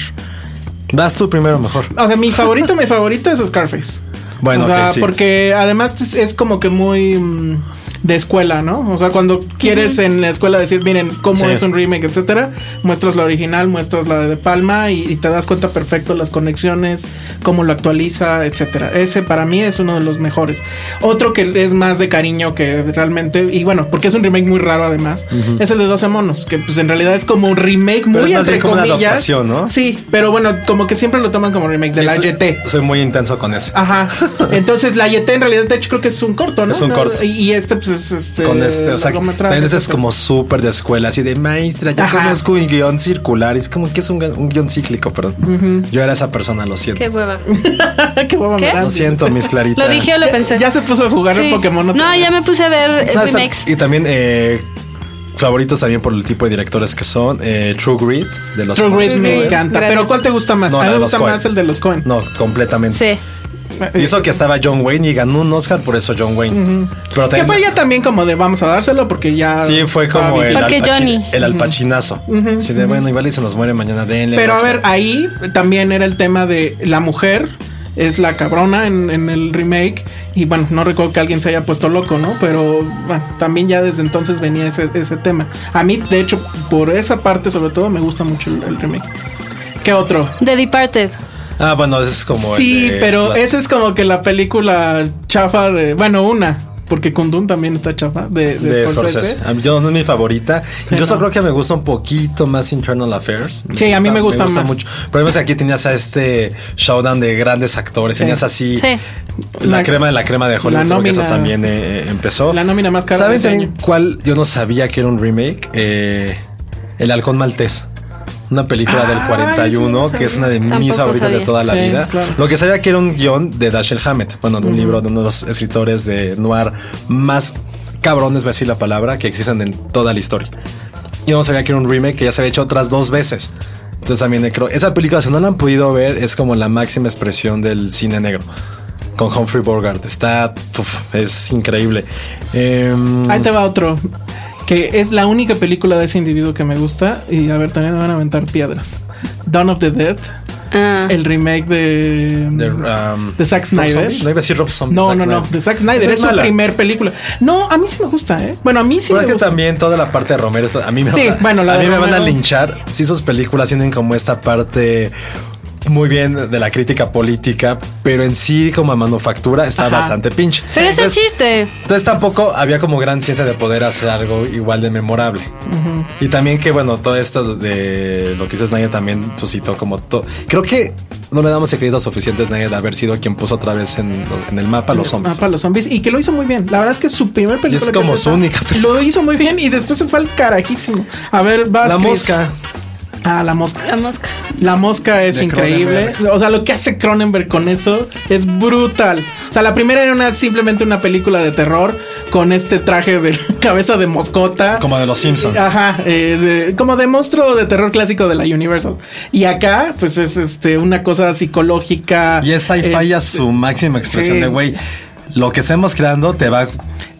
C: Vas tú primero, mejor.
E: O sea, mi favorito, mi favorito es Scarface.
C: Bueno,
E: o sea,
C: ok, sí.
E: porque además es, es como que muy mm, de escuela, ¿no? O sea, cuando quieres en la escuela decir, miren, cómo
C: Sí.
E: es un remake, etcétera, muestras la original, muestras la de De Palma y, y te das cuenta perfecto las conexiones, cómo lo actualiza, etcétera. Ese para mí es uno de los mejores. Otro que es más de cariño que realmente, y bueno, porque es un remake muy raro además, es el de 12 monos, que pues en realidad es como un remake
C: Pero
E: muy
C: es más
E: entre
C: bien como una
E: comillas.
C: adaptación, ¿no?
E: Sí, pero bueno, como que siempre lo toman como remake de la
C: Soy-
E: YT.
C: Soy muy intenso con ese.
E: Ajá. Entonces la YT en realidad, de hecho, creo que es un corto, ¿no?
C: Es un corto.
E: Y, y este, pues, es este.
C: con este, o sea,
E: largometraje,
C: también ese es
E: etcétera.
C: como súper de escuela, así de maestra, ya
E: Ajá.
C: conozco un guión circular, es como que es un, gu- un guión cíclico, perdón. Yo era esa persona, lo siento.
D: Qué hueva.
E: Qué hueva me
D: ¿Qué?
E: da.
C: Lo siento, mis claritas.
D: Lo dije o lo pensé.
E: Ya se puso a jugar
D: Sí.
E: Pokémon. otra
D: No,
E: vez.
D: ya me puse a ver eh,
C: ¿Sabes?
D: remakes.
C: Y también eh, favoritos también por el tipo de directores que son, eh, True Grit de los
E: True Grace
D: True
E: me
D: Grit.
E: encanta.
D: Gracias.
E: Pero ¿cuál te gusta más?
C: No,
E: a
C: la
E: mí
C: de
E: me
C: los
E: gusta
C: Coen.
E: más el de los Cohen.
C: No, completamente.
D: Sí.
C: Y eso que estaba John Wayne y ganó un Oscar por eso John Wayne. Pero
E: Que
C: también
E: fue ya también como de vamos a dárselo porque ya.
C: Sí, fue como
E: Ah,
C: el,
D: Porque
C: alpachi-
D: Johnny.
C: el alpachinazo. Sí, de bueno, igual y se nos muere mañana, denle.
E: Pero
C: el
E: a
C: Oscar.
E: ver, ahí también era el tema de la mujer. Es la cabrona en, en el remake. Y bueno, no recuerdo que alguien se haya puesto loco, ¿no? Pero bueno, también ya desde entonces venía ese, ese tema. A mí, de hecho, por esa parte sobre todo me gusta mucho el, el remake. ¿Qué otro?
D: The Departed.
C: Ah, bueno, ese es como. el
E: sí,
C: de
E: pero
C: las-
E: esa es como que la película chafa de... Bueno, una. Porque con Dune también está chafa de, de
C: de
E: Scorsese.
C: Scorsese. A mí- Yo no es mi favorita.
E: Sí,
C: Incluso
E: no.
C: creo que me gusta un poquito más Internal Affairs.
E: Sí, a mí me gusta más.
C: mucho. El problema es que aquí tenías a este showdown de grandes actores. Tenías así
D: Sí.
C: la
E: La-
C: crema de la crema de Hollywood.
E: la
C: porque eso
E: nómina-
C: también eh, eh, empezó.
E: la nómina más cara de
C: ¿Saben
E: ese
C: también
E: año?
C: cuál yo no sabía que era un remake? Eh, El Halcón Maltés. Una película del
E: Ah,
C: 41
E: eso no
C: que es una de mis
D: sabía. Tampoco
C: favoritas de
D: sabía.
C: toda la
E: Sí,
C: vida.
E: claro.
C: Lo que sabía que era un guión de Dashiell Hammett, bueno, de un libro de uno de los escritores de noir más cabrones, voy a decir la palabra, que existen en toda la historia. Yo no sabía que era un remake que ya se había hecho otras dos veces. Entonces también eh, creo, esa película, si no la han podido ver, es como la máxima expresión del cine negro. Con Humphrey Bogart. Está, uf, es increíble. Em,
E: Ahí te va otro. Que es la única película de ese individuo que me gusta. Y a ver, también me van a aventar piedras. Dawn of the Dead.
D: Ah.
E: El remake de.
C: de, um,
E: de Zack
C: Rob
E: Snyder.
C: Zombie. No iba a decir Rob Zombie,
E: No,
C: Zack
E: no, no.
C: Snyder.
E: De Zack Snyder.
C: No
E: Es su
C: mala.
E: primer película. No, a mí sí me gusta, ¿eh? Bueno, a mí sí
C: Pero
E: me
C: es que
E: gusta.
C: también toda la parte de Romero, está- a mí me,
E: Sí,
C: van, a-
E: bueno, la
C: a
E: de
C: mí me van a
E: Romero.
C: linchar si sus películas tienen como esta parte muy bien de la crítica política, pero en sí como manufactura está
E: Ajá.
C: bastante pinche.
D: Pero es el
C: Entonces-
D: chiste.
C: Entonces tampoco había como gran ciencia de poder hacer algo igual de memorable. Y también que bueno, todo esto de lo que hizo Snyder también suscitó como todo. Creo que no le damos el crédito suficiente a Snyder de haber sido quien puso otra vez en, en el mapa los zombies.
E: Ah, para los zombies. Y que lo hizo muy bien. La verdad es que es su primer película. que
C: como
E: es
C: su
E: esa.
C: única película.
E: Lo hizo muy bien y después se fue al carajísimo. A ver, vas.
C: La
E: Chris.
C: mosca.
E: Ah, la mosca.
D: La mosca.
E: La mosca es
C: De
E: increíble.
C: Cronenberg.
E: O sea, lo que hace Cronenberg con eso es brutal. O sea, la primera era una, simplemente una película de terror con este traje de cabeza de moscota.
C: Como de los Simpsons.
E: Ajá, eh, de- como de monstruo de terror clásico de la Universal. Y acá, pues es este una cosa psicológica.
C: Y es sci-fi a
E: Es-
C: su máxima expresión
E: sí.
C: de güey. Lo que estemos creando te va,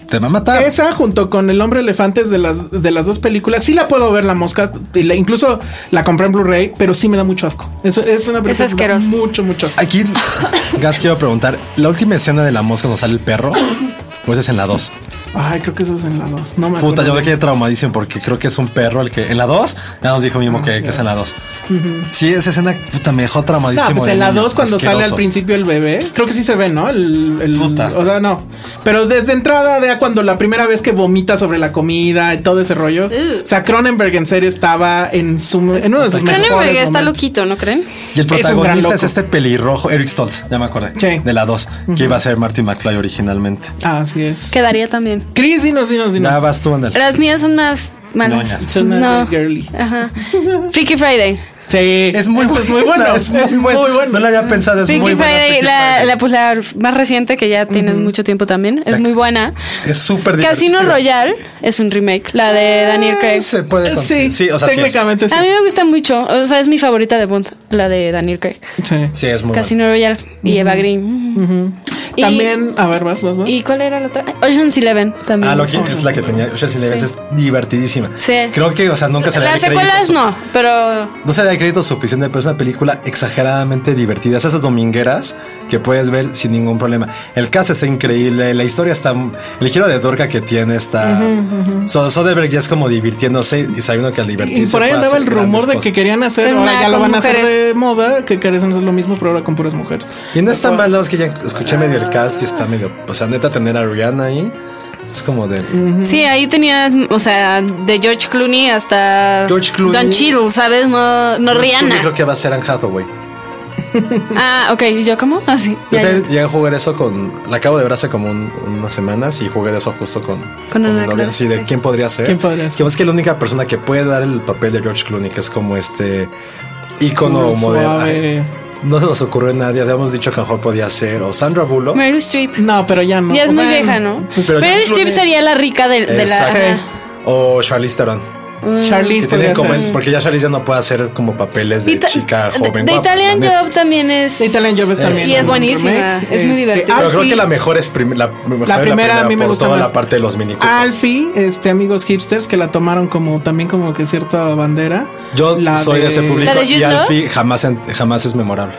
C: te va a matar.
E: Esa junto con El Hombre Elefantes de las, de las dos películas, sí la puedo ver la mosca, y la- incluso la compré en Blu-ray, pero sí me da mucho asco. Eso es una película que me da
D: asqueroso.
E: mucho, mucho asco.
C: Aquí, Gas, quiero preguntar: ¿la última escena de la mosca donde sale el perro? Pues es en la 2.
E: Ay, creo que eso es en la 2. No me
C: Puta, yo
E: acuerdo.
C: me quedé traumadísimo porque creo que es un perro el que. En la 2 ya nos dijo mismo que, que es en la 2. Sí, esa escena puta, me dejó traumadísimo.
E: No, pues
C: de
E: en la
C: niño,
E: 2 cuando sale al
C: asqueroso.
E: principio el bebé, creo que sí se ve, ¿no? El, el-
C: Puta.
E: o sea, no. Pero desde entrada de cuando la primera vez que vomita sobre la comida y todo ese rollo. O sea, Cronenberg en serio estaba en su en uno de sus mejores
D: Cronenberg está
E: momentos.
D: loquito, ¿no creen?
C: Y el
E: Es un gran
C: protagonista
E: loco.
C: es, este pelirrojo, Eric Stoltz, ya me acordé.
E: Sí.
C: De la 2, que iba a ser Marty McFly originalmente.
E: Así es.
D: Quedaría también.
E: Chris, dinos, dinos, dinos.
C: Ya vas tú, Andel.
D: Las mías son más malas.
C: Ñoñas.
E: Son más
D: No.
E: girly.
D: Ajá. Freaky Friday.
E: Sí.
C: Es muy,
E: Eso es muy bueno.
C: Es muy, bueno. No lo había pensado. Es
D: Freaky
C: muy buena,
D: Friday,
C: Freaky
D: la,
C: Friday.
D: la, pues, la más reciente que ya tiene mucho tiempo también. Es muy buena.
C: Es súper
D: Casino
C: divertida.
D: Royale es un remake, la de Daniel Craig.
C: Se puede
E: Eh, Sí,
C: conseguir. Sí, o sea, sí es.
E: técnicamente sí.
D: A mí me gusta mucho, o sea, es mi favorita de Bond, la de Daniel Craig.
E: Sí.
C: Sí, es muy bueno.
D: Casino Royale y Eva Green. Y-
E: También, a ver, vas, vas, vas.
D: ¿Y cuál era la otra? Ocean's Eleven también.
C: Ah, lo que es la que tenía. Ocean's Eleven es divertidísima.
D: Sí.
C: Creo que, o sea, nunca se le
D: Las
C: había crédito
D: secuelas
C: su-
D: no, pero
C: No se le da crédito suficiente, pero es una película exageradamente divertida. Es esas domingueras que puedes ver sin ningún problema. El cast está increíble, la historia está. El giro de Dorca que tiene está. So- Soderbergh ya es como divirtiéndose y sabiendo que al divertirse.
E: Y por ahí
C: puede
E: andaba
C: hacer
E: el rumor
C: grandes
E: de
C: cosas.
E: que querían hacer,
D: Hacer
E: ahora
D: una
E: ya lo
D: con
E: van a hacer
D: mujeres.
E: de moda, que querían hacer lo mismo, pero ahora con puras mujeres.
C: Y no es tan mal, nada más que ya escuché medio el cast y
E: Ah.
C: está medio. O sea, neta, tener a Rihanna ahí es como de.
D: sí, ahí tenías, o sea, de George Clooney hasta
C: George Clooney.
D: Don Cheadle, ¿sabes? No, no
C: Yo
D: Rihanna.
C: creo que va a ser Anne Hathaway.
D: Ah, ok, ¿y yo cómo? Así.
C: Yo también llegué a jugar eso con. La acabo de ver hace como un- unas semanas y jugué de eso justo con.
D: Con
C: mi
D: Ana
C: novia,
D: Clara,
C: así de
D: sí.
C: quién podría ser.
E: ¿Quién podría ser?
C: Que es que la única persona que puede dar el papel de George Clooney, que es como este ícono
E: Como
C: o modelo.
E: suave.
C: Ay, No se nos ocurrió nadie. Habíamos dicho que a lo mejor podía ser o Sandra Bullock.
D: Meryl Streep.
E: No, pero ya no.
D: Ya es muy
E: Bueno,
D: vieja, ¿no?
E: pues,
C: Pero
D: Meryl
C: George
D: Streep
C: Clooney-
D: sería la rica de, de la...
C: Exacto.
D: ajá.
C: O Charlize Theron.
D: Mm.
E: Charlize
C: Que tiene
E: podría
C: como
E: ser.
C: el- porque ya Charlize ya no puede hacer como papeles de
D: Ita-
C: chica joven.
D: The
C: guapa,
D: Italian
C: la neta.
D: Job también es.
E: The Italian Job es también
D: Y es
E: un
D: buenísima.
E: remake.
D: Es muy
E: Este,
D: divertida.
C: Pero creo
E: Alfie-
C: que la mejor es prim- la, mejor
E: La
C: es
E: primera a mí me
C: por
E: gusta
C: toda
E: más.
C: la parte de los mini Coopers.
E: Alfie, este amigos hipsters que la tomaron como también como que cierta bandera.
C: Yo
E: La
C: soy de ese público
D: ¿La de Jude
C: y
D: Law?
C: Alfie jamás, en- jamás es memorable.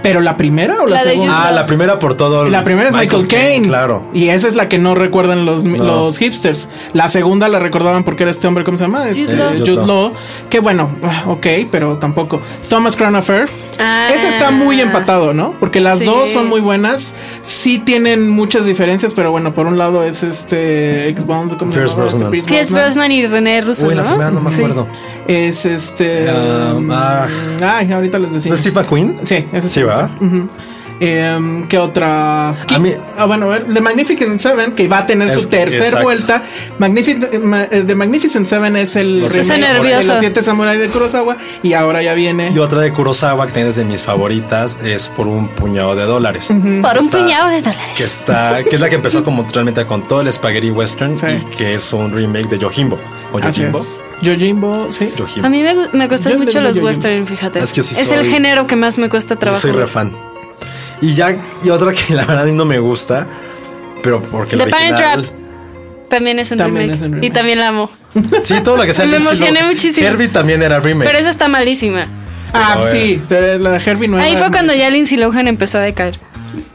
E: Pero la primera o la,
D: La de
E: segunda?
D: Jude
C: Ah, la primera por todo.
E: La primera es Michael, Caine.
C: Claro.
E: Y esa es la que no recuerdan los, los hipsters. La segunda la recordaban porque era este hombre, ¿cómo se llama? Este,
D: Jude Law.
E: Jude Law. Que bueno, ah, ok, pero tampoco. Thomas Crown Affair.
D: Ah.
E: Esa está muy empatado, ¿no? Porque las
D: Sí.
E: dos son muy buenas. Sí tienen muchas diferencias, pero bueno, por un lado es este. Ex Bond, ¿cómo se
C: Pierce
E: llama? Este
C: Brosnan.
E: Pierce
D: Pierce
E: Brosnan.
D: Brosnan y René Russo,
C: Uy, la
D: ¿no?
C: primera no me acuerdo.
E: Es este.
C: Um, ah.
E: Ay, ahorita les
C: ¿No
E: decimos.
C: es Steve McQueen?
E: Sí, esa
C: Sí, ¿verdad?
E: Em, ¿Qué otra? ¿Qué-
C: mí-
E: ah, bueno, a ver, The Magnificent Seven, que va a tener
C: Es-
E: su tercer
C: exacto.
E: vuelta. Magnific- ma- eh, The Magnificent Seven es el
C: Los
D: Siete
E: remake
D: Samuráis.
E: de los siete samuráis de Kurosawa. Y ahora ya viene.
C: Y otra de Kurosawa que tienes de mis favoritas es por un puñado de dólares.
D: Por un
C: Está-
D: puñado de dólares.
C: que está que es la que empezó como realmente con todo el spaghetti western
E: Sí.
C: y que es un remake de Yojimbo o
E: Así
C: Yojimbo
E: es. Yojimbo, sí.
C: Yojimbo
D: A mí me, gu- me
E: Yo
D: gustan
E: le
D: mucho
E: digo
D: los
E: yo, yo.
D: western, fíjate.
C: Es
D: Es,
C: que sí
D: el
C: soy-
D: género que más me cuesta
C: Yo
D: trabajo.
C: soy re fan y ya y otra que la verdad no me gusta pero porque la
D: The Parent
C: original
D: Trap. También es un
E: También
D: remake.
E: es un remake.
D: Y también la amo.
C: sí todo lo que sea
D: Me
C: Lindsay
D: emocioné
C: Lohan.
D: muchísimo.
C: Herbie también era remake
D: Pero esa está malísima.
E: Ah,
C: Pero,
E: sí, pero la Herbie nueva.
D: Ahí fue cuando ya Lindsay Lohan empezó a decaer.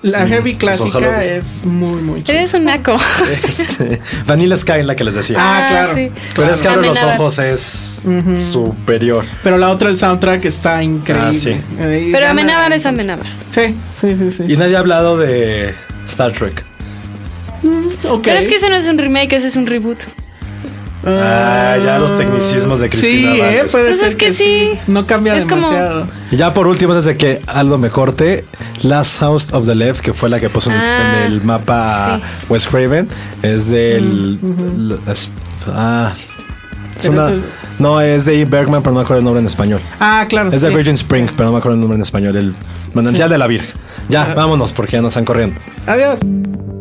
E: La Herbie clásica
C: Pues ojalá-
E: es muy, muy chida.
D: Eres un naco.
C: Este, Vanilla Sky la que les decía
E: Ah,
D: Ah,
E: claro.
D: sí.
C: pero es que abre los
D: Amenaba.
C: ojos es superior
E: Pero la otra, el soundtrack está increíble.
C: Ah, sí.
E: Ahí
D: Pero
E: gana-
D: Amenábar es Amenábar.
E: Sí, sí, sí, sí.
C: y nadie ha hablado de Star Trek
E: Ok.
D: Pero es que ese no es un remake, ese es un reboot.
C: ah ya los tecnicismos de Cristina
E: Sí, eh,
C: Vázquez.
E: puede
D: Pues
E: ser
D: es que sí.
E: No cambia
D: Es como-
E: demasiado.
C: Y ya por último, desde que Aldo me corte, Last House of the Left, que fue la que puso en-
D: Ah,
C: en el mapa West Craven, es del. l- es- ah, es
E: Pero
C: una-
E: eso es-
C: no, es de Bergman, pero no me acuerdo el nombre en español.
E: Ah, claro.
C: Es de
E: sí.
C: Virgin Spring, pero no me acuerdo el nombre en español. El manantial de la Virgen. Ya, vámonos, porque ya nos están corriendo.
E: Adiós.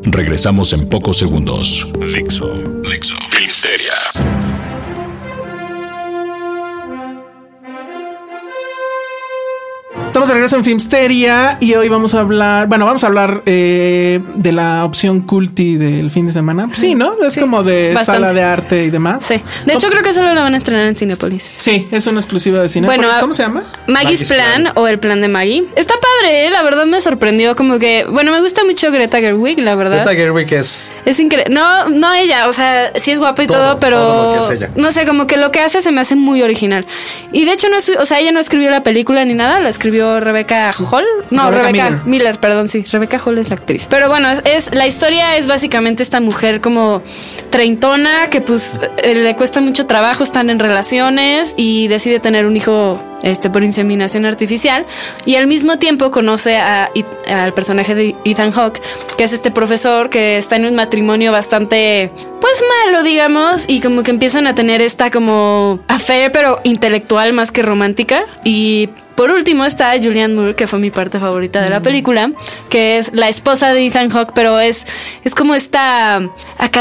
A: Regresamos en pocos segundos. Dixo, Dixo, Filmsteria.
E: Estamos de regreso en Filmsteria y hoy vamos a hablar, bueno, vamos a hablar eh, de la opción culti del fin de semana. Sí, ¿no? Es como de
D: bastante.
E: sala de arte y demás.
D: Sí. De hecho, creo que solo la van a estrenar en Cinepolis.
E: Sí, es una exclusiva de cine.
D: Bueno,
E: ¿cómo se llama?
C: Maggie's
D: Maggie's, Plan, o el plan de Maggie. Está padre, ¿eh? la verdad me sorprendió. Como que, bueno, me gusta mucho Greta Gerwig, la verdad.
C: Greta Gerwig es.
D: es increíble. No, no ella, o sea, sí es guapa y todo,
C: Todo,
D: pero.
C: todo lo que es ella.
D: No sé, como que lo que hace se me hace muy original. Y de hecho, no es, su- o sea, ella no escribió la película ni nada, la escribió Rebecca Hall. No,
E: Rebecca
D: Rebecca,
E: Miller.
D: Miller. perdón, sí. Rebecca Hall es la actriz. Pero bueno, es, es- la historia es básicamente esta mujer como treintona que pues eh, le cuesta mucho trabajo, están en relaciones y decide tener un hijo este, por inseminación artificial y al mismo tiempo conoce a It- al personaje de Ethan Hawke, que es este profesor que está en un matrimonio bastante pues malo, digamos, y como que empiezan a tener esta como affair pero intelectual más que romántica y por último está Julianne Moore, que fue mi parte favorita de la
C: Mm.
D: película, que es la esposa de Ethan Hawke, pero es, es como esta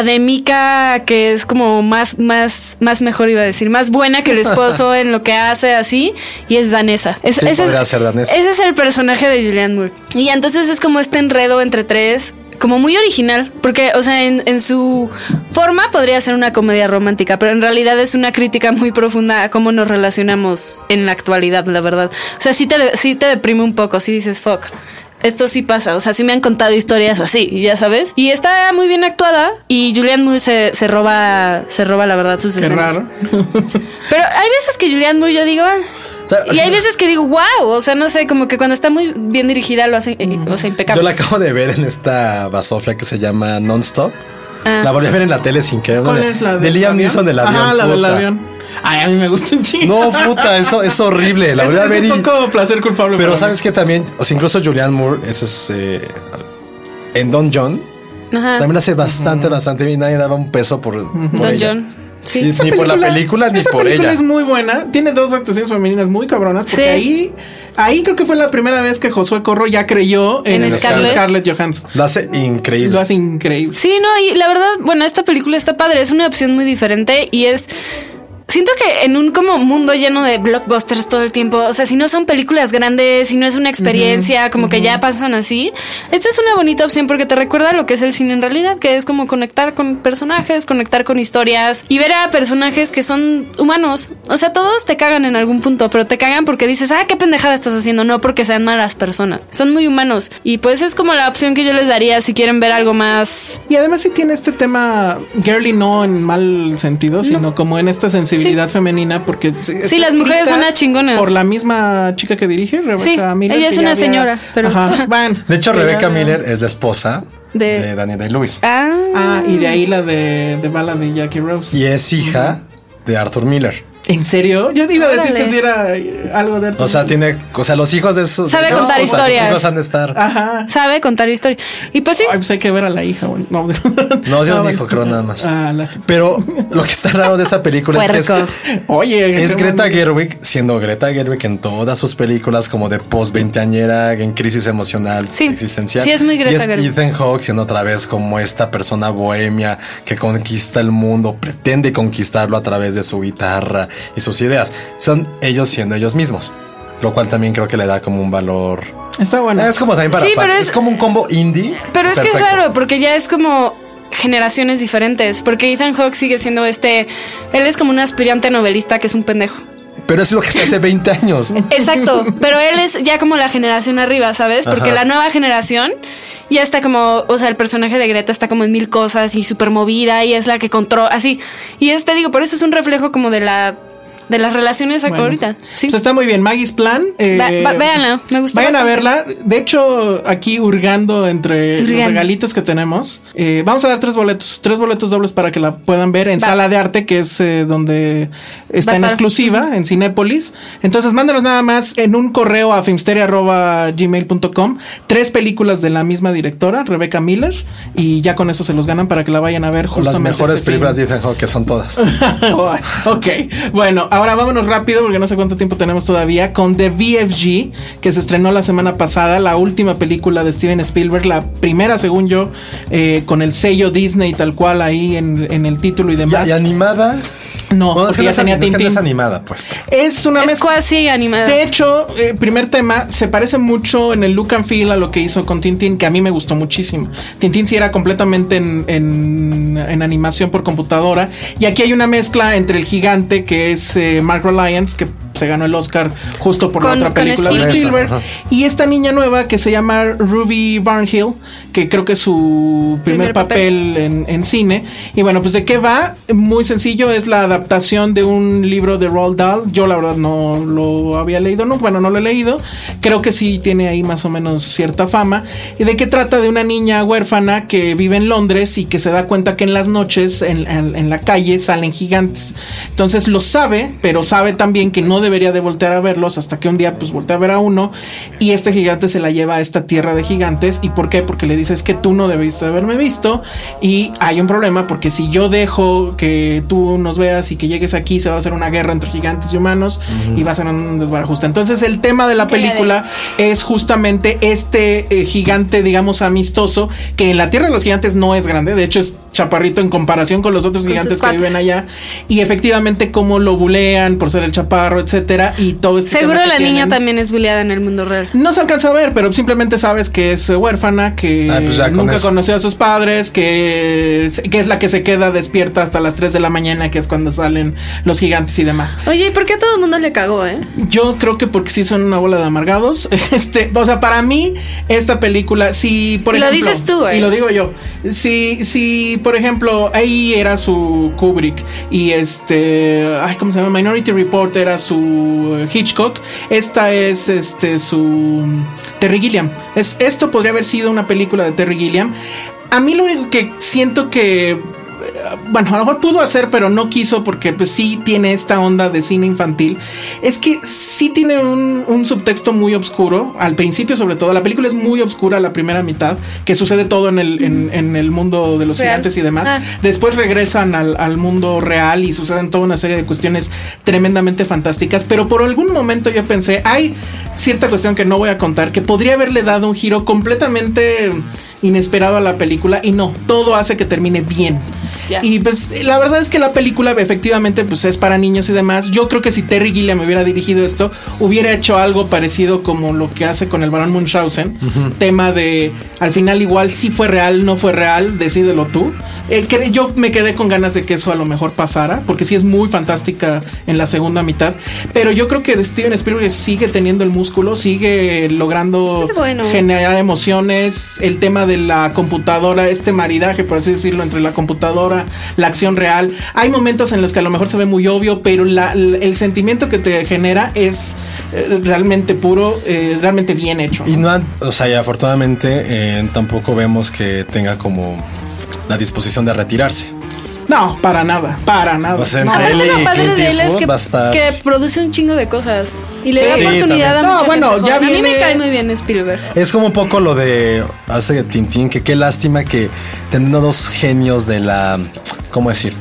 D: académica que es como más, más, más mejor, iba a decir, más buena que el esposo en lo que hace así, y es danesa. Es,
C: Sí, podría ser danesa.
D: Ese es el personaje de Julianne Moore. Y entonces es como este enredo entre tres. Como muy original, porque, o sea, en, en su forma podría ser una comedia romántica, pero en realidad es una crítica muy profunda a cómo nos relacionamos en la actualidad, la verdad. O sea, sí te, de- sí te deprime un poco, sí dices, fuck, esto sí pasa, o sea, sí me han contado historias así, ya sabes. Y está muy bien actuada y Julianne Moore se, se roba, se roba la verdad sus
E: Qué
D: escenas.
E: raro.
D: Pero hay veces que Julianne Moore yo digo, ah,
C: o sea,
D: y hay veces que digo, wow, o sea, no sé, como que cuando está muy bien dirigida lo hace, eh, o sea, impecable.
C: Yo la acabo de ver en esta basofia que se llama Nonstop. La volví a ver en la tele sin querer. una
E: Ah. ¿Cuál
C: eh, de-
E: es la
C: de Liam Neeson del avión.
E: Ah, la del
C: puta.
E: avión. Ay, a mí me gusta un chingo.
C: No, puta, eso es horrible. La
E: Es-
C: volví a ver
E: es
C: y-
E: un poco placer culpable.
C: Pero sabes que también, o sea, incluso Julianne Moore, ese es eh, en Don John,
E: Ah.
D: Ajá.
C: también la hace bastante, bastante bien. Nadie daba un peso por, por
D: Don
C: ella.
D: John.
C: Y-
D: Sí.
C: Ni por la película ni
E: esa
C: por
E: película
C: ella.
E: es muy buena. Tiene dos actuaciones femeninas muy cabronas. Porque
D: Sí.
E: ahí, ahí creo que fue la primera vez que Josué Corro ya creyó en,
D: En
E: Scarlett.
D: Scarlett.
E: Johansson.
C: La hace increíble.
E: Lo hace increíble.
D: Sí, no, y la verdad, bueno, esta película está padre, es una opción muy diferente y es Siento que en un como mundo lleno de blockbusters todo el tiempo, o sea, si no son películas grandes, si no es una experiencia, como que ya pasan así, esta es una bonita opción porque te recuerda lo que es el cine en realidad, que es como conectar con personajes, conectar con historias y ver a personajes que son humanos. O sea, todos te cagan en algún punto, pero te cagan porque dices, ah, qué pendejada estás haciendo, no porque sean malas personas, son muy humanos. Y pues es como la opción que yo les daría si quieren ver algo más
E: Y además sí tiene este tema girly no en mal sentido, sino como en esta sensibilidad femenina porque sí, está
D: las mujeres son
E: escrita
D: unas chingonas.
E: Por la misma chica que dirige, Rebeca
D: Sí,
E: Miller,
D: ella es
E: que ya
D: una
E: había-
D: señora, pero-
E: Ajá, bueno.
C: De hecho,
E: Que ya
C: Rebecca
E: había-
C: Miller es la esposa
D: de...
C: de Daniel Day-Lewis
D: Ah,
E: Ah, y de ahí la de, de bala de Jackie Rose.
C: y es hija de Arthur Miller.
E: ¿En serio? Yo te iba a decir
D: Órale.
E: que si era eh, algo de
C: O sea, tiene, o sea, los hijos de esos.
D: Sabe
C: de los
D: contar
C: esposas, sus
D: historias.
C: hijos han de estar.
E: Ajá.
D: sabe contar historias. Y pues sí,
E: Ay, pues hay que ver a la hija. güey.
C: No,
E: No,
C: Dios
E: Ah,
C: dijo,
E: bueno.
C: creo nada más.
E: Ah, lástima.
C: Pero lo que está raro de esta película es que es,
D: Puerco.
E: Oye,
C: es
E: qué
C: Greta
E: bueno.
C: Gerwig siendo Greta Gerwig en todas sus películas como de post veinteañera en crisis emocional
D: Sí.
C: existencial.
D: Sí, es muy Greta
C: y es
D: Gerwig.
C: Ethan Hawke siendo otra vez como esta persona bohemia que conquista el mundo, pretende conquistarlo a través de su guitarra y sus ideas. Son ellos siendo ellos mismos, lo cual también creo que le da como un valor.
E: Está bueno.
C: Ah, Es como también para
D: Sí,
C: para-
D: pero
C: es,
D: es-
C: como un combo indie.
D: pero es que es
C: perfecto.
D: raro porque ya es como generaciones diferentes, porque Ethan Hawke sigue siendo este, él es como un aspirante novelista que es un pendejo.
C: Pero es lo que se hace 20 años.
D: Exacto, pero él es ya como la generación arriba, ¿sabes? Porque
C: Ajá.
D: la nueva generación ya está como, o sea, el personaje de Greta está como en mil cosas y súper movida y es la que controla, así. Y este digo, por eso es un reflejo como de la de las relaciones
E: Bueno.
D: ahorita. Sí.
E: Pues está muy bien. Maggie's Plan. eh,
D: Va- va- véanla, me gustó
E: Vayan a
D: bastante.
E: verla. De hecho, aquí hurgando entre los
D: Hurgando.
E: regalitos que tenemos, eh, vamos a dar tres boletos, tres boletos dobles para que la puedan ver en
D: Va.
E: Sala de Arte, que es eh, donde está
D: Va a
E: en
D: estar.
E: exclusiva, en Cinépolis. Entonces, mándenos nada más en un correo a filmsteria.gmail.com tres películas de la misma directora, Rebeca Miller, y ya con eso se los ganan para que la vayan a ver
C: O las
E: justamente.
C: mejores
E: este fin.
C: películas de Ethan Hawke que son todas.
E: Oh, ok, bueno, ahora vámonos rápido porque no sé cuánto tiempo tenemos todavía con The VFG que se estrenó la semana pasada, la última película de Steven Spielberg, la primera según yo, eh, con el sello Disney tal cual ahí en, en el título y
C: Ya-
E: demás.
C: Y, animada.
E: No,
C: Bueno, es que
E: porque ya
C: no es ani-
E: tenía
C: no es que no
E: Tintín.
C: es animada, pues.
E: Es una
D: es
E: mezcla.
D: cuasi animada.
E: De hecho, eh, primer tema, se parece mucho en el look and feel a lo que hizo con Tintín, que a mí me gustó muchísimo. Tintín sí era completamente en, en- en animación por computadora. Y aquí hay una mezcla entre el gigante, que es eh, Mark Reliance, que se ganó el Oscar justo por la
D: Con-
E: otra
D: con
E: película de
D: Spielberg.
E: Spielberg.
C: Ajá.
E: Y esta niña nueva que se llama Ruby Barnhill, que creo que es su primer,
D: Primer
E: papel,
D: papel.
E: en, en cine. Y bueno, pues de qué va? Muy sencillo, es la adaptación de un libro de Roald Dahl. Yo la verdad no lo había leído, no, bueno, no lo he leído. Creo que sí tiene ahí más o menos cierta fama. ¿Y de qué trata? De una niña huérfana que vive en Londres y que se da cuenta que en las noches, en, en- en la calle, salen gigantes. Entonces lo sabe, pero sabe también que no debería de voltear a verlos hasta que un día pues voltea a ver a uno y este gigante se la lleva a esta tierra de gigantes. ¿Y por qué? Porque le dice es que tú no debiste haberme visto y hay un problema porque si yo dejo que tú nos veas y que llegues aquí se va a hacer una guerra entre gigantes y humanos y va a ser un desbarajuste. Entonces el tema de la
D: Que le
E: película es justamente este eh, gigante digamos amistoso que en la tierra de los gigantes no es grande, de hecho es chaparrito en comparación con los otros
D: Con
E: gigantes
D: sus
E: que
D: cuates.
E: viven allá y efectivamente cómo lo bulean por ser el chaparro, etcétera y todo este
D: Seguro
E: tema
D: la
E: que
D: niña
E: tienen.
D: también es bulleada en el mundo real.
E: No se alcanza a ver, pero simplemente sabes que es eh, huérfana, que
C: Ah, pues ya con
E: nunca
C: eso.
E: conoció a sus padres, que es, que es la que se queda despierta hasta las 3 de la mañana, que es cuando salen los gigantes y demás.
D: Oye, ¿y por qué a todo el mundo le cagó, eh?
E: Yo creo que porque sí son una bola de amargados. Este, o sea, para mí, esta película, si por
D: Y lo
E: ejemplo.
D: dices tú, ¿eh?
E: Y lo digo yo. Si, si, por ejemplo, ahí era su Kubrick y este. Ay, ¿cómo se llama? Minority Report era su eh, Hitchcock. Esta es este su mm, Terry Gilliam. Es, esto podría haber sido una película de Terry Gilliam. A mí lo único que siento que bueno, a lo mejor pudo hacer, pero no quiso porque pues sí tiene esta onda de cine infantil. Es que sí tiene un, un subtexto muy oscuro, al principio sobre todo. La película es muy oscura la primera mitad, que sucede todo en el, en, en el mundo de los
D: Real.
E: gigantes y demás.
D: Ah.
E: Después regresan al, al mundo real y suceden toda una serie de cuestiones tremendamente fantásticas. Pero por algún momento yo pensé, hay cierta cuestión que no voy a contar, que podría haberle dado un giro completamente inesperado a la película y no, todo hace que termine bien.
D: Ya.
E: Y pues la verdad es que la película efectivamente pues es para niños y demás. Yo creo que si Terry Gilliam hubiera dirigido esto, hubiera hecho algo parecido como lo que hace con el Barón Munchausen. Tema de al final igual si fue real, no fue real, decídelo tú. Eh, cre- yo me quedé con ganas de que eso a lo mejor pasara, porque sí es muy fantástica en la segunda mitad. Pero yo creo que Steven Spielberg sigue teniendo el músculo, sigue logrando
D: Es bueno.
E: generar emociones, el tema de la computadora, este maridaje, por así decirlo, entre la computadora, la acción real. Hay momentos en los que a lo mejor se ve muy obvio, pero la- la- el sentimiento que te genera es eh, realmente puro, eh, realmente bien hecho.
C: Y no, han- o sea, y afortunadamente eh, tampoco vemos que tenga como la disposición de retirarse.
E: No, para nada, para nada.
C: O sea,
E: No,
C: entre
D: Aparte
C: él
D: lo
C: y
D: padre
C: Clint
D: de él es
C: Eastwood
D: que,
C: va a estar-
D: que produce un chingo de cosas y le da
C: Sí,
D: oportunidad
E: también.
D: a
E: No,
D: mucha
E: bueno,
D: gente
E: ya
D: joven. A mí me
E: viene-
D: cae muy bien Spielberg.
C: Es como un poco lo de hace de Tintín, que qué lástima que teniendo dos genios de la, ¿cómo decir?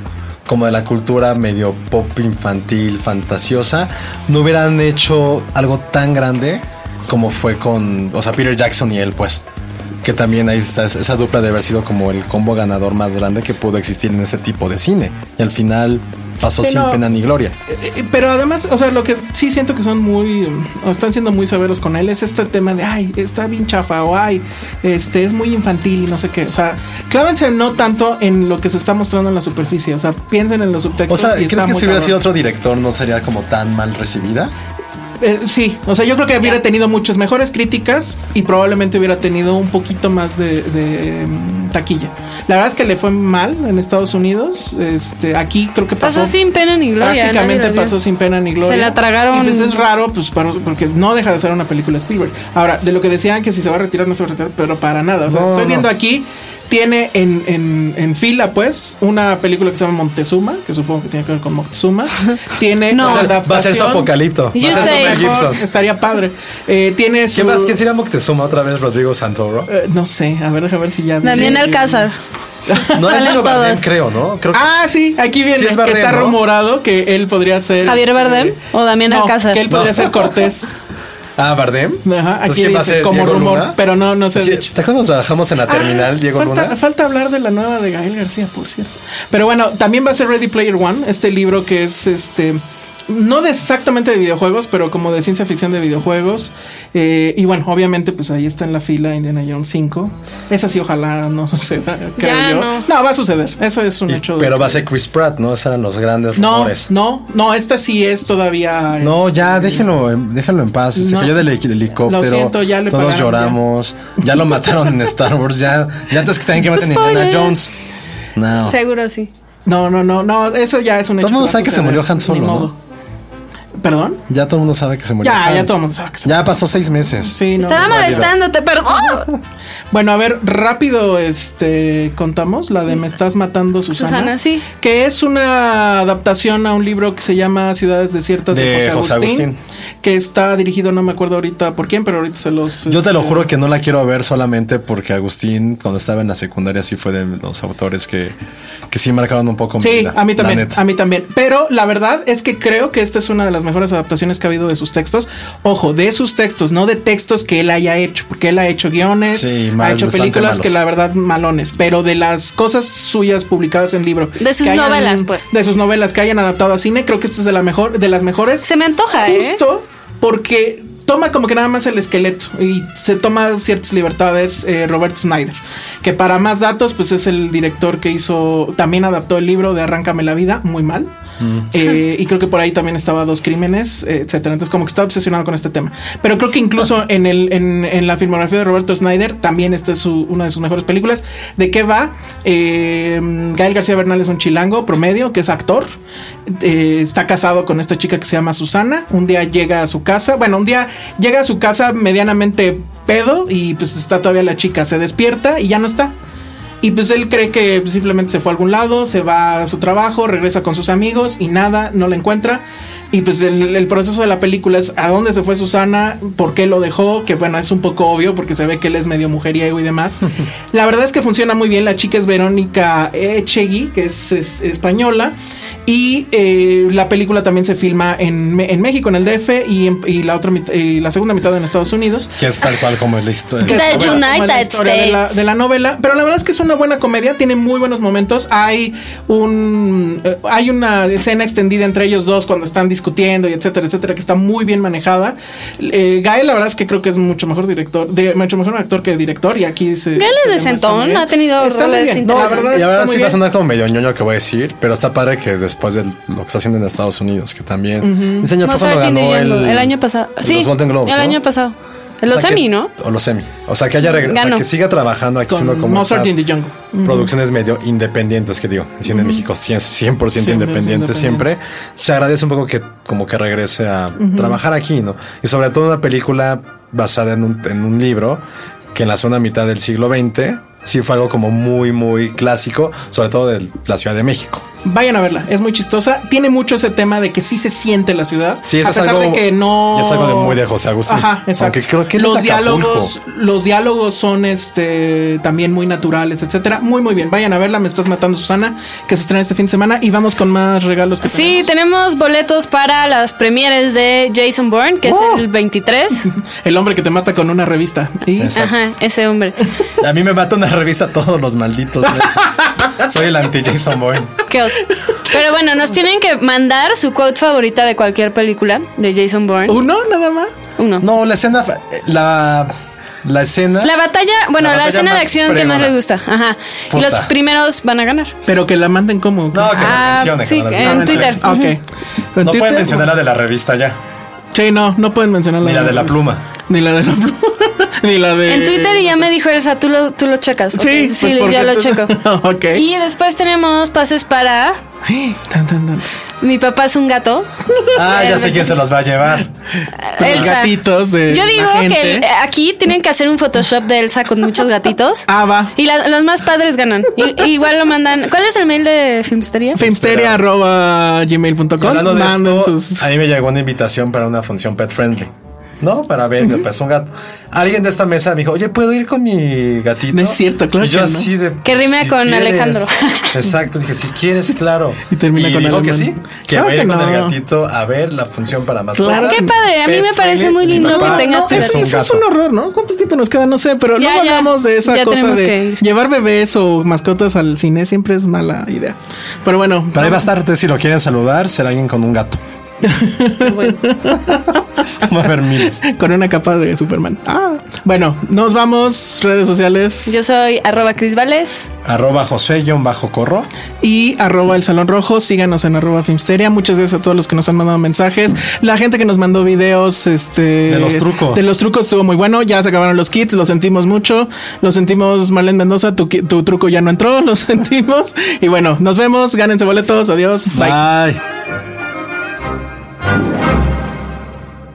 C: Como de la cultura medio pop infantil, fantasiosa, no hubieran hecho algo tan grande como fue con, o sea, Peter Jackson y él, pues. Que también ahí está es- esa dupla de haber sido como el combo ganador más grande que pudo existir en este tipo de cine. Y al final pasó
E: Sí,
C: sin
E: no.
C: pena ni gloria.
E: Eh, eh, Pero además, o sea, lo que sí siento que son muy, mm, o están siendo muy severos con él es este tema de, ay, está bien chafa o ay, este es muy infantil y no sé qué. O sea, clávense no tanto en lo que se está mostrando en la superficie, o sea, piensen en los
C: O
E: subtextos.
C: sea,
E: y está
C: ¿crees que
E: muy
C: si hubiera
E: cabrón.
C: sido otro director no sería como tan mal recibida?
E: Eh, sí, o sea, yo creo que hubiera tenido muchas mejores críticas y probablemente hubiera tenido un poquito más de, de, mm, taquilla. La verdad es que le fue mal en Estados Unidos. Este, aquí creo que pasó.
D: Pasó sin pena ni gloria.
E: Prácticamente
D: nadie lo
E: pasó
D: vio.
E: sin pena ni gloria.
D: Se la tragaron.
E: Y pues es raro, pues para- porque no deja de ser una película Spielberg. Ahora, de lo que decían que si se va a retirar, no se va a retirar, pero para nada. O sea,
C: No,
E: estoy
C: no.
E: viendo aquí, tiene en, en- en fila, pues, una película que se llama Montezuma, que supongo que tiene que ver con Montezuma. tiene
D: No.
E: la
D: Va a ser-
C: Va a ser su
E: adaptación.
C: apocalipto.
D: You
C: Va a ser su
D: say.
C: Mel
E: Mejor,
C: Gibson.
E: Estaría padre. Eh, tiene su-
C: ¿Quién más? ¿Quién sería Moctezuma otra vez? Rodrigo Santoro.
E: eh, no sé, a ver, deja ver si ya. vi.
D: Damián
E: Sí.
D: Alcázar.
C: No han
D: Salen
C: dicho Bardem,
D: todos.
C: creo, ¿no? Creo que
E: Ah, sí, aquí viene
C: Sí es Bardem,
E: que está
C: ¿no?
E: rumorado que él podría ser.
D: Javier
E: este,
D: Bardem o Damián
E: no,
D: Alcázar.
E: Que él podría ser Cortés.
C: Ah, Bardem.
E: Ajá,
C: Entonces,
E: aquí
C: ¿quién va a
E: dice
C: ser?
E: como
C: ¿Diego
E: rumor,
C: Luna?
E: pero no, no se ha
C: Sí,
E: dicho.
C: ¿Te acuerdas cuando trabajamos en la terminal,
E: Ah,
C: Diego
E: falta,
C: Luna?
E: falta hablar de la nueva de Gael García, por cierto. Pero bueno, también va a ser Ready Player One, este libro que es este. No de exactamente de videojuegos, pero como de ciencia ficción de videojuegos. Eh, y bueno, obviamente, pues ahí está en la fila Indiana Jones 5. Esa sí, ojalá no suceda, creo
D: Ya
E: yo.
D: no.
E: No. va a suceder. Eso es un
C: Y-
E: hecho. de
C: pero
E: que-
C: va a ser Chris Pratt, ¿no? Esos eran los grandes
E: No,
C: rumores.
E: no, no, esta sí es todavía.
C: No,
E: este,
C: ya déjenlo, en- déjenlo en paz. Se
E: No.
C: cayó del heli- helicóptero.
E: Lo siento, ya le
C: Todos
E: pagaron,
C: lloramos. Ya. lo mataron en Star Wars. Ya, ya antes que tengan que matar a Indiana
D: Spoiler.
C: Jones. No.
D: Seguro sí.
E: No, no, no, no, eso ya es un hecho.
C: Todo el mundo
E: va a
C: sabe que se
E: suceder,
C: murió Han
E: ni
C: Solo, ¿no?
E: modo. ¿Perdón?
C: Ya todo el mundo sabe que se murió.
E: Ya,
C: Han.
E: ya todo el mundo sabe que se
C: Ya pasó seis meses.
E: Sí, no.
D: Estaba
E: no.
D: molestando, te
C: Ah,
D: perdón.
E: Bueno, a ver, rápido, este, contamos la de Me estás matando, Susana.
D: Susana, sí.
E: Que es una adaptación a un libro que se llama Ciudades desiertas de,
C: De
E: José,
C: José
E: Agustín, que está dirigido, no me acuerdo ahorita por quién, pero ahorita se los.
C: Yo te lo
E: este,
C: juro que no la quiero ver solamente porque Agustín, cuando estaba en la secundaria, sí fue de los autores que, que sí marcaron un poco mi
E: Sí,
C: vida,
E: a mí
C: la
E: también,
C: neta.
E: a mí también. Pero la verdad es que creo que esta es una de las mejores adaptaciones que ha habido de sus textos. Ojo, de sus textos, no de textos que él haya hecho, porque él ha hecho guiones,
C: Sí,
E: ha
C: mal-
E: hecho
C: bastante
E: películas
C: malos.
E: que la verdad malones, pero de las cosas suyas publicadas en libro.
D: De sus
E: que
D: novelas, pues.
E: De sus novelas que hayan adaptado a cine, creo que esta es de la mejor, de las mejores.
D: Se me antoja, ¿eh?
E: Justo porque toma como que nada más el esqueleto y se toma ciertas libertades eh, Robert Snyder, que para más datos pues es el director que hizo, también adaptó el libro de Arráncame la vida, muy mal. Eh, y creo que por ahí también estaba Dos Crímenes, eh, etcétera. Entonces, como que está obsesionado con este tema. Pero creo que incluso en, el, en, en la filmografía de Roberto Snyder también esta es su- una de sus mejores películas. ¿De qué va? Eh, Gael García Bernal es un chilango promedio que es actor. Eh, está casado con esta chica que se llama Susana. Un día llega a su casa. Bueno, un día llega a su casa medianamente pedo y pues está todavía la chica. Se despierta y ya no está. Y pues él cree que simplemente se fue a algún lado, se va a su trabajo, regresa con sus amigos y nada, no la encuentra. Y pues el, el proceso de la película es a dónde se fue Susana, por qué lo dejó, que bueno, es un poco obvio porque se ve que él es medio mujeriego y demás. la verdad es que funciona muy bien, la chica es Verónica Echegui, que es, es española, y eh, la película también se filma en, Me- en México, en el DF, y, en- y la, otra mit- y la segunda mitad en Estados Unidos.
C: Que es tal cual como es la historia.
E: Que
D: The
E: es como la- como la
D: United
E: historia de la,
D: States.
E: de la novela. Pero la verdad es que es una buena comedia, tiene muy buenos momentos. Hay un eh, hay una escena extendida entre ellos dos cuando están discutiendo y etcétera, etcétera, que está muy bien manejada. Eh, Gael, la verdad es que creo que es mucho mejor director, de, mucho mejor actor que director, y aquí se.
D: Gael
E: se
D: es
E: demuestra
D: decentón,
E: muy bien.
D: ha tenido
E: Está muy
D: roles
E: bien. No, la
D: interesantes.
E: verdad
C: Y
E: está
C: ahora
E: muy
C: sí va a
E: bien.
C: sonar como medio ñoño que voy a decir, pero está padre que después de lo que está haciendo en Estados Unidos, que también. Ese año fue
D: Mozart
C: cuando
D: in the
C: ganó
D: Jungle,
C: el,
D: el año pasado. Sí,
C: los Golden Globes.
D: el
C: ¿no?
D: año pasado. Los
C: O sea que-
D: Emmy, ¿no?
C: O los semi. O sea, que haya regresado.
D: Ganó.
C: que siga trabajando aquí, siendo
E: Con
C: como.
E: Mozart
C: estas
E: in the Jungle.
C: Producciones medio independientes, que digo. El cine en México 100%, 100% independiente
E: independiente.
C: siempre. Se agradece un poco que, como que regrese a trabajar aquí, ¿no? Y sobre todo una película basada en un, en un libro que en la segunda mitad del siglo XX sí fue algo como muy, muy clásico, sobre todo de la Ciudad de México.
E: Vayan a verla, es muy chistosa. Tiene mucho ese tema de que sí se siente la ciudad.
C: Sí, eso
E: a
C: es
E: pesar
C: algo-
E: de que no.
C: y es algo de muy de José Agustín.
E: Ajá, exacto.
C: Aunque creo que él
E: los
C: es de Acapulco.
E: diálogos, los diálogos son este también muy naturales, etcétera. Muy, muy bien. Vayan a verla. Me estás matando, Susana, que se estrena este fin de semana. Y vamos con más regalos que
D: Sí, tenemos boletos para las premieres de Jason Bourne, que
E: Oh.
D: es el 23.
E: tenemos. El hombre que te mata con una revista. Y
C: Exacto.
D: Ajá, ese hombre.
C: A mí me mata una revista todos los malditos meses. Soy el anti-Jason Bourne.
D: Qué oso. Pero bueno, nos tienen que mandar su quote favorita de cualquier película de Jason Bourne.
E: uno nada más.
D: Uno.
C: No, la escena. fa- eh, La, la escena.
D: La batalla, bueno,
C: La
D: la,
C: batalla
D: escena de
C: más
D: acción que más
C: fregona.
D: les gusta. Ajá. Y
C: Puta.
D: los primeros van a ganar.
E: Pero que la manden como.
C: No, que
D: Ah,
C: la mencione, que
D: sí,
C: no las-
D: en
C: no,
E: Ah,
D: Twitter.
E: Ah, Ok.
C: No pueden mencionar la de la revista ya.
E: Sí, no, no pueden mencionar
C: Ni la de la pluma.
E: Ni la de la pluma. Ni la de.
D: En Twitter y ya me dijo Elsa, tú lo, tú lo checas. Ok,
E: Sí,
D: sí,
E: pues, ¿por
D: ya
E: qué
D: lo
E: te-
D: checo.
E: Ok.
D: Y después tenemos pases para
E: Tan, tan, tan.
D: Mi papá es un gato.
C: Ah, ya sé quién se los va a llevar.
E: Pues Los
D: Elsa.
E: gatitos de.
D: Yo
E: la
D: digo
E: gente.
D: que el- aquí tienen que hacer un Photoshop de Elsa con muchos gatitos.
E: Ah, va.
D: Y la- los más padres ganan. Y- igual lo mandan. ¿Cuál es el mail de Filmsteria?
E: Filmsteria arroba
C: Y hablando
E: gmail.com.
C: de
E: Manden
C: esto,
E: sus.
C: a mí me llegó una invitación para una función pet friendly. No, para ver, me pasó un gato. Alguien de esta mesa me dijo, oye, ¿puedo ir con mi gatito?
E: No es cierto, claro
C: Y yo
E: que no.
C: así de...
D: Que rimea con Alejandro.
C: Exacto, dije, si quieres, claro.
E: Y termina con
C: dijo que
E: alemán.
C: sí, que
E: Claro
C: voy a ir
E: que
C: con el
E: no.
C: gatito a ver la función para más
E: Claro
D: Qué padre. A mí me parece muy lindo que tengas tu
E: es,
D: gato.
C: un
E: es- es
C: gato.
E: un horror, ¿no? ¿Cuánto tiempo nos queda? No sé, pero
D: Ya,
E: luego
D: ya.
E: hablamos de esa
D: Ya
E: cosa
D: tenemos que
E: de
D: ir.
E: llevar bebés o mascotas al cine siempre es mala idea. Pero bueno,
C: Para ahí va a estar, entonces, si lo quieren saludar, será alguien con un gato. Va a haber miles.
E: con una capa de Superman. Ah, bueno, nos vamos, redes sociales
D: Yo soy arroba Cris Vales.
C: Arroba José-Corro.
E: y arroba el salón rojo. Síganos en arroba Filmsteria. Muchas gracias a todos los que nos han mandado mensajes. La gente que nos mandó videos, este. De
C: los trucos.
E: De los trucos estuvo muy bueno. Ya se acabaron los kits, lo sentimos mucho. Lo sentimos, Marlene Mendoza. Tu, ki- tu truco ya no entró, lo sentimos. Y bueno, nos vemos. Gánense boletos. Adiós. Bye.
C: Bye.